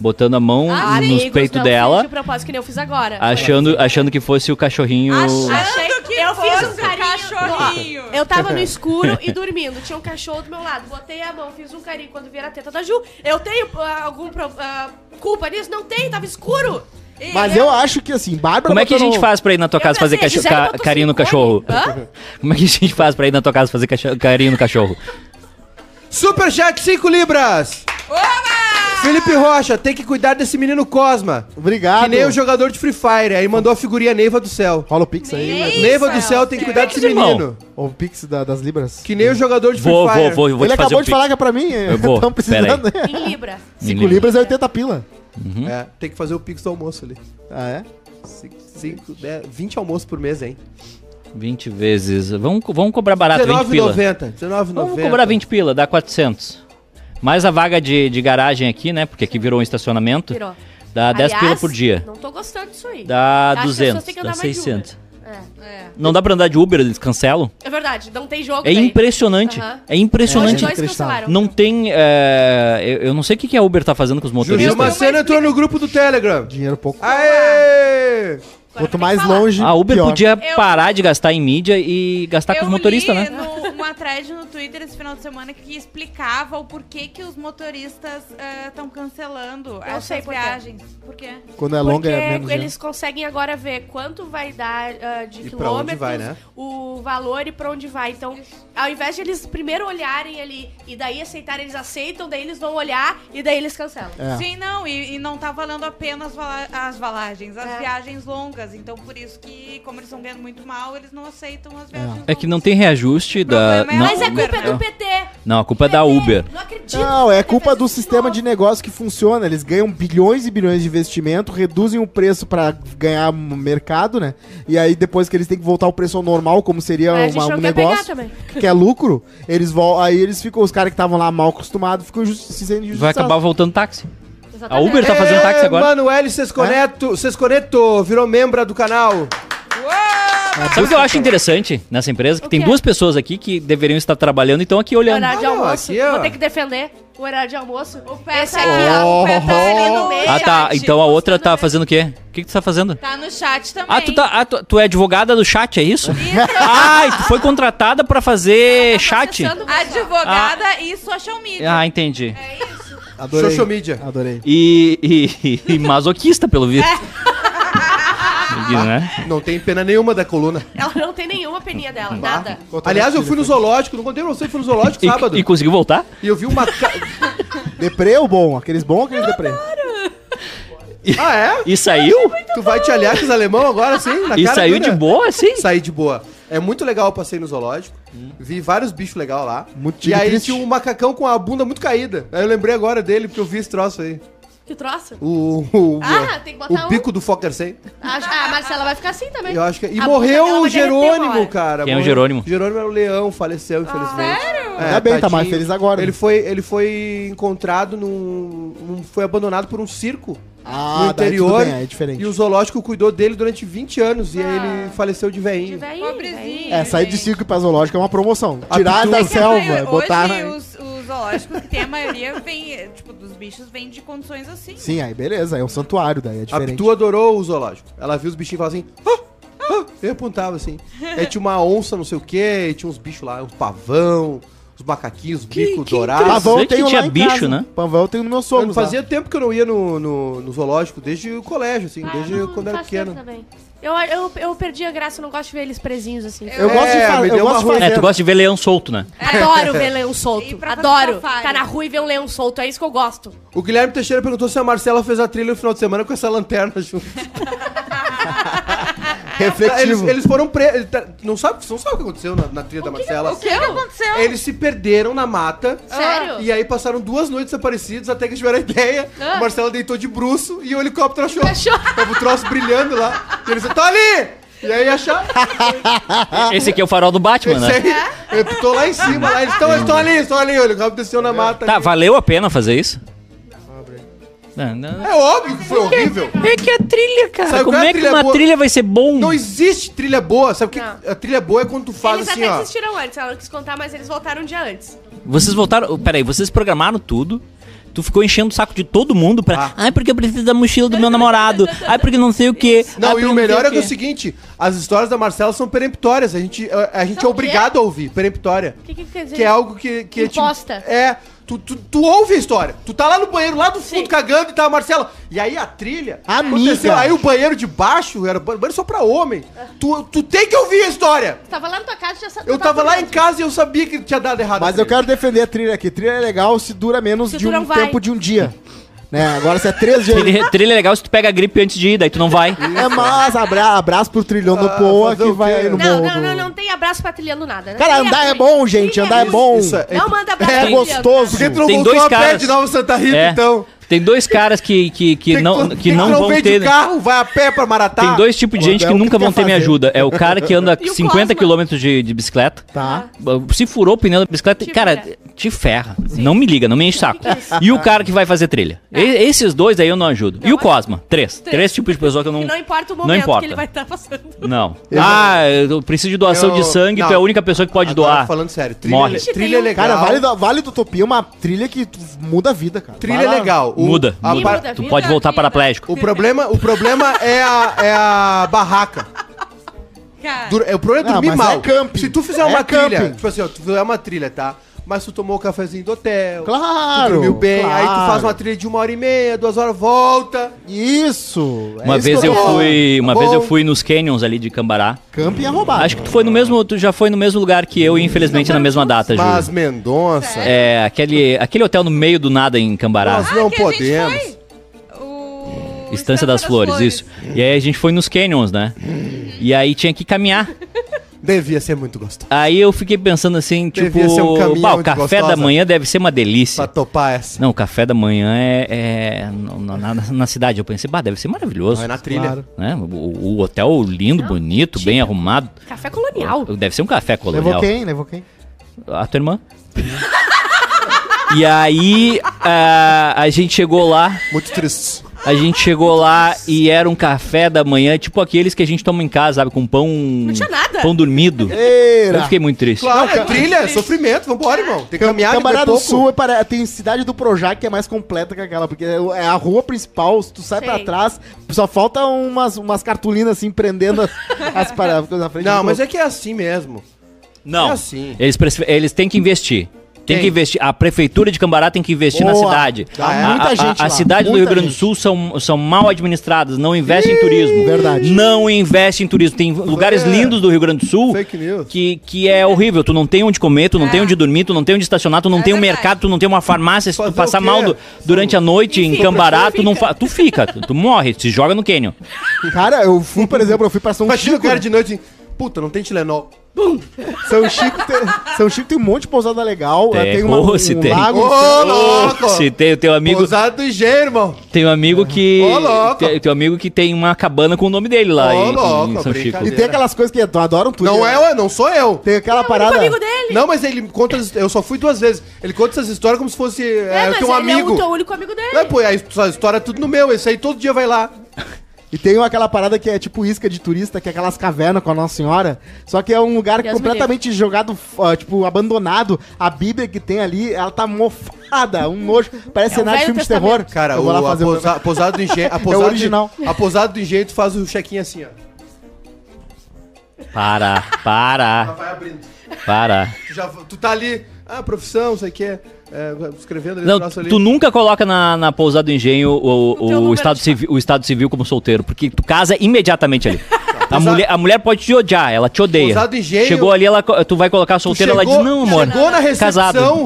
botando a mão um nos Ah, Amigos, peitos não fiz dela, De propósito, que nem eu fiz agora. achando, achando que fosse o cachorrinho. Achei- Achando que eu fiz um fosse o carinho. cachorrinho. Ó, Eu *laughs* tava no escuro e dormindo. Tinha um cachorro do meu lado. Botei a mão, fiz um carinho quando vieram a teta da Ju. Eu tenho ah, algum pro- ah, culpa nisso? Não tem, tava escuro. Mas eu acho que assim, Bárbara. Como é que a botou no- gente faz pra ir na tua casa fazer cacho- ca- carinho no cachorro? *laughs* Como é que a gente faz pra ir na tua casa fazer cacho- carinho no cachorro? Superchat 5 libras! Felipe Rocha, tem que cuidar desse menino Cosma. Obrigado. que nem o jogador de Free Fire. Aí mandou a figurinha Neiva do Céu. Rola o Pix aí, né? Neiva é do Céu tem que cuidar desse menino. O Pix da- das Libras. Que nem o jogador de Free Vou, Fire. vou, vou, vou Ele te fazer acabou um de falar que é pra mim. Eu *laughs* vou, Tão precisando, né? Em Libra. 5 libras é 80 pila. É, tem que fazer o pix do almoço ali. Ah, é? 5, 10, 20 almoços por mês, hein? 20 vezes. Vamos, co- vamos cobrar barato, 20 Tá, pila. 19,90. 19,90. Vamos cobrar 20 pila, dá 400. Mais a vaga de, de garagem aqui, né? Porque aqui virou um estacionamento. Virou. Dá 10 Aliás, pila por dia. Não tô gostando disso aí. Dá Acho que as pessoas 200, têm que dá andar mais de 600. É. Não dá pra andar de Uber, eles cancelam. É verdade, não tem jogo. É daí. impressionante. Aham. É Hoje impressionante. dois cancelaram. Não tem. é, eu, eu não sei o que que a Uber tá fazendo com os Júlio motoristas. Macena entrou no grupo do Telegram. Dinheiro pouco. Aê! Agora tem Quanto que mais falar. longe. A Ah, Uber pior. podia Eu- parar de gastar em mídia e gastar com os motoristas, li né? no- uma thread no Twitter esse final de semana que explicava o porquê que os motoristas estão cancelando essas sei por quê. viagens. Por quê? Quando é Porque longa é menos. né? eles conseguem agora ver quanto vai dar ah, de E pra onde quilômetros, vai, né? o valor e pra onde vai. Então, ao invés de eles primeiro olharem ali e daí aceitarem, eles aceitam, daí eles vão olhar e daí eles cancelam. É. Sim, não, e, e não tá valendo apenas vala- as valagens, as É. viagens longas. Então, por isso que, como eles estão ganhando muito mal, eles não aceitam as viagens longas. É que não tem reajuste da. problema é- não- Mas a culpa é Uber, do né? PT. Não, a culpa é da Uber. Não acredito. Não, que é o PT culpa fez do isso sistema novo. de negócio que funciona. Eles ganham bilhões e bilhões de investimento, reduzem o preço pra ganhar m- mercado, né? E aí depois que eles têm que voltar o preço ao normal, como seria Mas a gente uma- não um quer pegar negócio também. que é lucro, eles vol aí eles ficam os caras que estavam lá mal acostumados, ficam justi se sendo Vai injustiçados. acabar voltando táxi. Exatamente. A Uber tá- fazendo É, táxi agora? É? Manoel Sesconeto, Sesconeto virou membro do canal. Sabe o que eu acho interessante nessa empresa? Que O tem quê? duas pessoas aqui que deveriam estar trabalhando e estão aqui olhando. Horário de Ah, não, almoço. aqui, ó. Vou ter que defender o horário de almoço. O pé Esse tá- aqui, o ó. pé tá ali no meio. Ah, tá. Chat. Então a outra tá fazendo o quê? O que, que tu tá fazendo? Tá no chat também. Ah, tu, tá, ah, tu, tu é advogada do chat, é isso? ah, e tu foi contratada pra fazer chat? tá processando É. o pessoal. Advogada e social media. Ah, entendi. Adorei. Social media. Adorei. E, e- e masoquista, pelo visto. É. Entendi, né? Não tem pena nenhuma da coluna. Ela não tem nenhuma peninha dela, nada. Aliás, eu fui no zoológico, não contei pra você, eu fui no zoológico sábado. E, e conseguiu voltar? E eu vi uma. ca- Deprê ou bom? Aqueles bom ou aqueles deprê? ah, é? E saiu? Tu vai te aliar com os alemão agora, sim? Na E cara saiu dura? de boa, assim? Saí de boa. É muito legal, eu passei no zoológico. Vi vários bichos legais lá. Hum. Muito e tigre aí triste. tinha um macacão com a bunda muito caída. Aí eu lembrei agora dele, porque eu vi esse troço aí. Que troço? O. o- o- Ah, tem que botar o um. bico do Fokker 100. Ah, a Marcela vai ficar assim também. Eu acho que... é. E A bunda morreu dela o vai derreter uma Jerônimo, hora. cara. Quem é o Morreu- Jerônimo? Jerônimo era o leão, Ah, faleceu, infelizmente. sério? Ainda bem, tá mais feliz agora. Ele foi, ele foi encontrado num, num- Foi abandonado por um circo Ah, no daí interior. tudo bem, aí é diferente. E o zoológico cuidou dele durante 20 anos. E aí ele faleceu de Ah. De veinho. velhinho, velhinho. Pobrezinho. É, sair de gente. circo pra zoológico é uma promoção. Tirar Absurdo. da É que Hoje- selva, botar... Hoje na- os, os zoológicos que tem a maioria vem, tipo, dos bichos vêm de condições assim. Sim, aí beleza, é um santuário, daí é A diferente. Pitu adorou o zoológico. Ela viu os bichinhos e falava assim. Ah, ah, eu apontava assim. Aí tinha uma onça, não sei o quê, e tinha uns bichos lá, uns pavão, uns macaquinhos, bico dourado. interessante. Pavão Sei eu que tenho tinha lá em bicho, casa. né? Pavão eu tenho no meu Eu não sogro. fazia tempo que eu não ia no, no, no zoológico, desde o colégio, assim, Ah, desde eu não quando era faço pequeno. tanto também. Eu, eu, eu perdi a graça, eu não gosto de ver eles presinhos assim. Eu É, gosto de, fa me eu deu gosto de uma fazer. É, tu gosta de ver leão solto, né? Adoro ver leão E solto. pra fazer Adoro. safari. Tá na rua e ver um leão solto. É isso que eu gosto. O Guilherme Teixeira perguntou se a Marcela fez a trilha no final de semana com essa lanterna *laughs* junto. eles, Reflexivo. É, eles foram presos. Não sabe, não sabe o que aconteceu na, na trilha da Marcela. O que aconteceu? Eles se perderam na mata. Sério? Ah. E aí passaram duas noites desaparecidos até que eles tiveram a ideia. O Marcelo deitou de bruço e o helicóptero achou. Achou. Tava o troço brilhando lá. E eles tá ali! E aí acharam. Esse aqui é o farol do Batman, Eles né? Ah. aí, eu tô lá em cima, lá. Eles estão estão ali, estão ali. O helicóptero desceu na mata. Tá, ali. valeu a pena fazer isso? Não, não. É óbvio que foi horrível. É que a trilha, cara. Sabe como qual é a é que trilha uma boa? trilha vai ser bom? Não existe trilha boa, sabe o que? Não. A trilha boa é quando tu faz eles assim, até ó. desistiram antes, ela não quis contar, mas eles voltaram um dia antes. Vocês voltaram. Peraí, vocês programaram tudo. Tu ficou enchendo o saco de todo mundo pra. Ah. Ai, porque eu preciso da mochila do meu namorado. Ai, porque não sei o quê. Ai, Não, porque e o sei melhor é que é o quê." seguinte, as histórias da Marcela são peremptórias, a gente, a, a gente é São o quê? obrigado a ouvir, peremptória. O que, que quer dizer? Que é algo que... que é Imposta. tipo- é, Tu, tu, tu ouve a história. Tu tá lá no banheiro, lá do fundo, cagando e tá, Marcela. E aí a trilha. Amiga. aconteceu. Aí o banheiro de baixo, era ban- banheiro só pra homem. Tu, tu tem que ouvir a história. Tava lá na tua casa, já sa- Eu já tava tava lá em olhando. casa e eu sabia que tinha dado errado. a Mas eu trilha. quero defender a trilha aqui. Trilha é legal se dura menos Se de tu um não vai. tempo de um dia. Né? Agora se é três dias. Trilha, trilha é legal se tu pega a gripe antes de ir, daí tu não vai. É mais abra, abraço pro trilhão do Ah, Poa fazer que o vai quê? aí no Não, não, morro. não, não tem abraço pra trilhando nada. né? Cara, Tem andar é abraço. bom, gente. Tem Andar é bom. Isso é- Não manda abraço É pra trilhando, gostoso. Porque tu não Tem voltou dois a pé caras. de Nova Santa Rita, É. então. Tem dois caras que, que, que Tem não, tu- que tem não tu vão vem ter. né? de carro, vai a pé pra Maratá. Tem dois tipos de Quando gente é que o que nunca quer vão ter minha fazer. ajuda. É o cara que *laughs* anda E o 50 Cosma? km de, de bicicleta. Tá. Se furou o pneu da bicicleta, Te cara, ferra. te ferra. Não me liga, não me *laughs* enche o saco. E o cara que vai fazer trilha. Ah. E- esses dois aí eu não ajudo. E o Cosma? Três. Três, tipos de pessoa que eu não. Então Que não importa o Não momento importa. que ele vai estar passando. Não. Ah, eu preciso de doação Eu- de sangue, tu não. é a única pessoa que pode Agora, doar. falando sério, trilha, Morre. le- trilha um é legal. Cara, vale, do- vale do Utopia é uma trilha que tu- muda a vida, cara. Trilha Vai é lá. legal. O- Muda. a muda. par- Muda a Tu vida, pode voltar vida. paraplégico. O problema, o problema é, a, é a barraca. Cara, Dur- é, o problema é Não, dormir mas mal. é camping. Se tu fizer É uma trilha, camping. tipo assim, ó, tu fizer uma trilha, tá? Mas tu tomou o cafezinho do hotel. Claro. Tu dormiu bem, aí tu faz claro. uma trilha de uma hora e meia, duas horas, volta. Isso. É é Uma isso vez que eu tô- fui, uma vez eu Bom. fui nos canyons ali de Cambará. Camping é roubado. Acho que tu foi no mesmo, tu já foi no mesmo lugar que eu, e infelizmente na mesma data, Mas Júlio. Mendonça. É, aquele, aquele hotel no meio do nada em Cambará. Nós não que a gente podemos. foi? O... Estância das Flores, isso. E aí a gente foi nos canyons, né? E aí tinha que caminhar. Devia ser muito gostoso. Aí eu fiquei pensando assim, tipo, Devia ser um caminhão "Bah, o de café gostosa." da manhã deve ser uma delícia. Pra topar essa. Não, o café da manhã é, é no- no- na, na cidade. Eu pensei, bah, deve ser maravilhoso. Vai na trilha. Claro. né? O, o hotel lindo, bonito, bem arrumado. Café colonial. Deve ser um café Levou colonial. quem? Levou quem? A tua irmã. e aí a, a gente chegou lá, Muito triste. a gente chegou lá e era um café da manhã, tipo aqueles que a gente toma em casa, sabe? Com pão. Não tinha nada. Pão dormido. Eu Eira. fiquei muito triste. Claro, é trilha, é sofrimento, vambora, irmão. Tem que caminhar, Cambará depois do pouco. Sul é para... tem cidade do Projac que é mais completa que aquela, porque é a rua principal, se tu sai Sei. pra trás, só falta umas, umas cartolinas assim prendendo as, as paradas na frente. Não, mas é que é assim mesmo. Não. É assim. Eles, pref- eles têm que investir. Tem. Tem, Ah, é? que investir. A prefeitura de Cambará tem que investir na Boa. cidade. Tá, A- muita a, gente a, lá, a cidade do muita Rio Grande do gente. Sul são, são mal administradas, não investem em turismo. verdade. Não investem em turismo. Tem lugares É. lindos do Rio Grande do Sul Fake news. que, que é horrível. Tu não tem onde comer, tu não tem onde dormir, tu não tem onde estacionar, tu não tem um verdade. mercado, tu não tem uma farmácia. Se Fazer tu passar o quê? mal do- durante a noite em Enfim, Cambará, tu tu não fa- tu fica, tu, tu morre, tu se joga no cânion. Cara, eu fui, por exemplo, eu fui pra São é- Imagina o Chico. cara de noite. Puta, não tem Tilenol. São Chico, tem, São Chico tem um monte de pousada legal. Tem, eh, Tem, uma, pô, se um tem. Ô, lago. louco! Se tem o teu amigo, Pousada do G, irmão. Tem um amigo que. Ô, louco. Tem, tem um amigo que tem uma cabana com o nome dele Ô, lá em, em louco, São Chico. E tem aquelas coisas que adoram tudo. Não né? é eu, não sou eu. Tem aquela parada. É amigo dele. Não, mas ele conta. as- Eu só fui duas vezes. Ele conta essas histórias como se fosse é, mas um teu ele é amigo. o teu único amigo dele. Não, pô, a his- a história é tudo no meu. Esse aí todo dia vai lá. E tem aquela parada que é tipo isca de turista, que é aquelas cavernas com a Nossa Senhora. Só que é um lugar Deus me completamente jogado, ah, tipo, abandonado. A Bíblia que tem ali, ela tá mofada, um nojo. Parece É um cenário Velho de filme de Testamento. terror. Cara, eu vou lá o, fazer um a, o posa, a pousada do engenho. A *laughs* É pousada o original. De, a pousada do engenho tu faz o chequinho assim, ó. Para, Ela para, vai abrindo. para. Tu, já, tu tá ali. Ah, profissão, sei o que. É, escrevendo ali Não, troço ali. tu nunca coloca na, na pousada do engenho o, teu o, número estado de civil, o Estado Civil como solteiro, porque tu casa imediatamente ali. A mulher, a mulher pode te odiar, ela te odeia. Tá. Pousada do engenho. Chegou ali, ela, co- tu vai colocar Tu solteiro, ela diz, não, amor, Chegou na casado. recepção,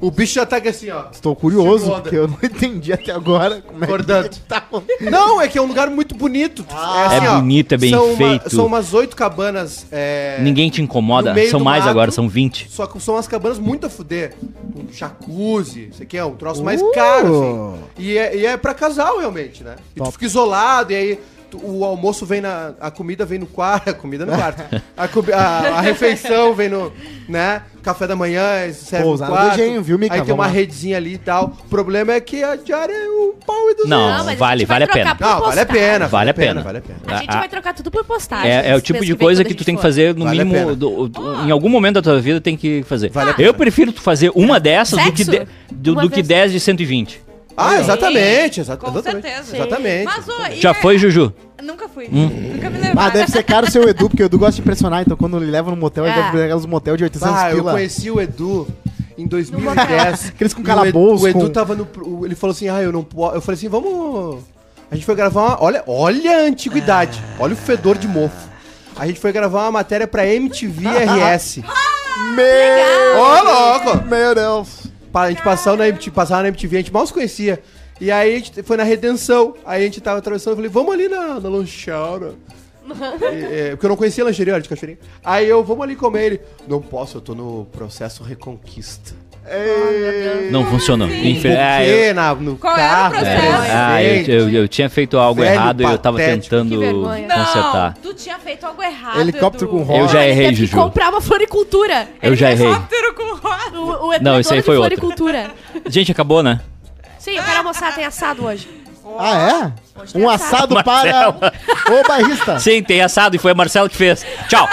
o bicho já tá aqui assim, ó. Estou curioso, Roda. porque eu não *laughs* entendi até agora como é Acordando. que tá acontecendo. Não, é que é um lugar muito bonito. assim, É bonito, é bem são uma- feito. são umas oito cabanas. é, Ninguém te incomoda, No meio são do mais mato. agora, são 20. Só que são umas cabanas muito a fuder. Um jacuzzi, isso aqui é um troço mais Uh! caro, assim. E é, e é pra casal, realmente, né? E tu Top. fica isolado, e aí tu- o almoço vem na. A comida vem no quarto. *laughs* A comida no quarto. A, comi- a- a refeição vem no. né? Café da manhã, eles servem no Pousada do quarto. engenho, viu, Mica? Aí tem Vamos uma lá. redezinha ali e tal. O problema é que a diária é o pau e do Não, mas a gente vale- vai vale a trocar pena. por Não, vale a postagem. pena. Vale a pena. Vale a pena. A gente A- vai trocar tudo por postagem. É, é o tipo de coisa que tu tem que fazer, no Vale a mínimo, pena. do- do- em algum momento da tua vida tem que fazer. Vale a Eu prefiro tu fazer uma dessas do que, Sexo? de- do, Uma do que vez. 10 de 120. Ah, exatamente, exa Com exatamente. certeza. Exatamente. Mas, ô, e Já é- foi, Juju? Nunca fui. Hum. Nunca me levaram. Ah, deve ser caro o seu Edu, porque o Edu gosta de impressionar, então quando ele leva no motel, ele É. deve pegar uns motel de 800 Ah, eu pila. conheci o Edu. em *laughs* 2010. Aqueles com E o calabouço, Edu- O Edu com- tava no. o- Ele falou assim: ah, eu não posso. Eu falei assim: vamos. A gente foi gravar uma. Olha, olha a antiguidade. Ah. Olha o fedor de mofo. A gente foi gravar uma matéria pra *laughs* MTV RS. Meu, Ô, louco! meu Deus. Pa- A gente passava na, MTV, passava na MTV, a gente mal se conhecia. E aí a gente foi na Redenção. Aí a gente tava atravessando, eu falei, vamos ali na, na lanchaura. E, é, porque eu não conhecia a lancheria, era de cachoeirinha. Aí eu, vamos ali comer ele. Não posso, eu tô no processo Reconquista. Não funcionou. Infe- é, eu- Porque na, no Qual era o carro, processo? no Ah, eu, acidente. eu- eu tinha feito algo Velho errado e eu tava patético. tentando Que vergonha. Não, consertar. tu tinha feito algo Ah, errado. Helicóptero Edu. com roda. Eu já Ele errei, teve que Juju. comprar uma floricultura. Eu já errei. Helicóptero com roda. O, o Edu Não, é isso dono aí de foi outro. floricultura. Gente, acabou, né? Sim, eu quero almoçar, tem assado hoje. Ah, é? Um assado para Marcelo. o bairrista. Sim, tem assado e foi a Marcela que fez. Tchau.